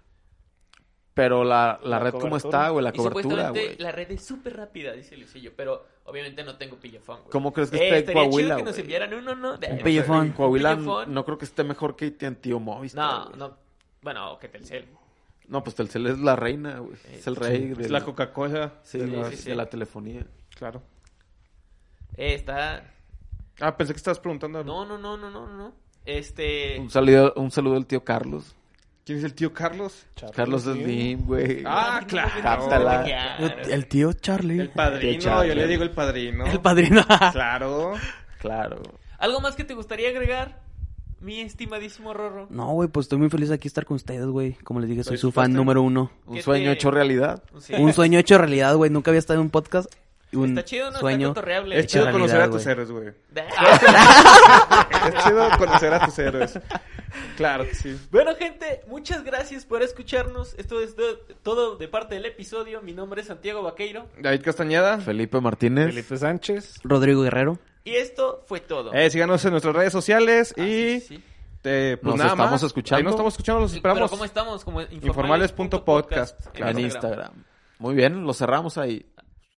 Pero la, la
La
red como
cobertura.
está, güey, la
y
cobertura,
supuestamente
güey.
la red es súper rápida, dice Luisillo, pero obviamente no tengo pillafón, güey.
¿Cómo crees que
Eh,
esté
estaría
Coahuila,
chido que nos
güey?
enviaran uno, ¿no? De-
Un
Pellejón.
pellejón.
En Coahuila
Pellejón.
no creo que esté mejor que AT&T o Movistar.
No,
güey.
no. Bueno, o que Telcel.
No, pues Telcel es la reina, güey.
Eh,
Es el rey de
Es la Coca-Cola.
sí,
de
la-
la- pues sí, sí.
de la telefonía.
Claro.
Eh, está...
Ah, pensé que estabas preguntando.
No, no, no, no, no, no. Este...
Un saludo, un saludo al tío Carlos.
¿Quién es el tío Carlos?
Carlos Slim, güey.
Ah, claro.
Cáptala.
Claro.
El tío Charlie.
El padrino,
Tío Charlie.
yo le digo el padrino.
El padrino.
Claro.
Claro.
¿Algo más que te gustaría agregar, mi estimadísimo Rorro?
No, güey, pues estoy muy feliz aquí estar con ustedes, güey. Como les dije, soy
Pues,
su fan
disfruten.
número uno.
Un
¿Qué
sueño
te-
hecho realidad.
Sí.
Un sueño hecho realidad, güey. Nunca había estado en un podcast. Un
Está chido, ¿no? Está
sueño.
cotorreable.
Es chido
realidad,
conocer a
güey.
tus héroes, güey.
Ah.
Es chido conocer a tus héroes. Claro que sí.
Bueno, gente, muchas gracias por escucharnos. Esto es do- todo de parte del episodio. Mi nombre es Santiago Vaqueiro.
David Castañeda.
Felipe Martínez.
Felipe Sánchez.
Rodrigo Guerrero.
Y esto fue todo.
Eh, síganos en nuestras redes sociales
Ah, sí,
y
sí, sí.
eh, pues
Nos
nada
estamos
más.
escuchando.
Ahí nos estamos escuchando, los
Pero
esperamos.
¿cómo estamos? Como
Informales.podcast,
en Instagram. Muy bien, lo cerramos ahí.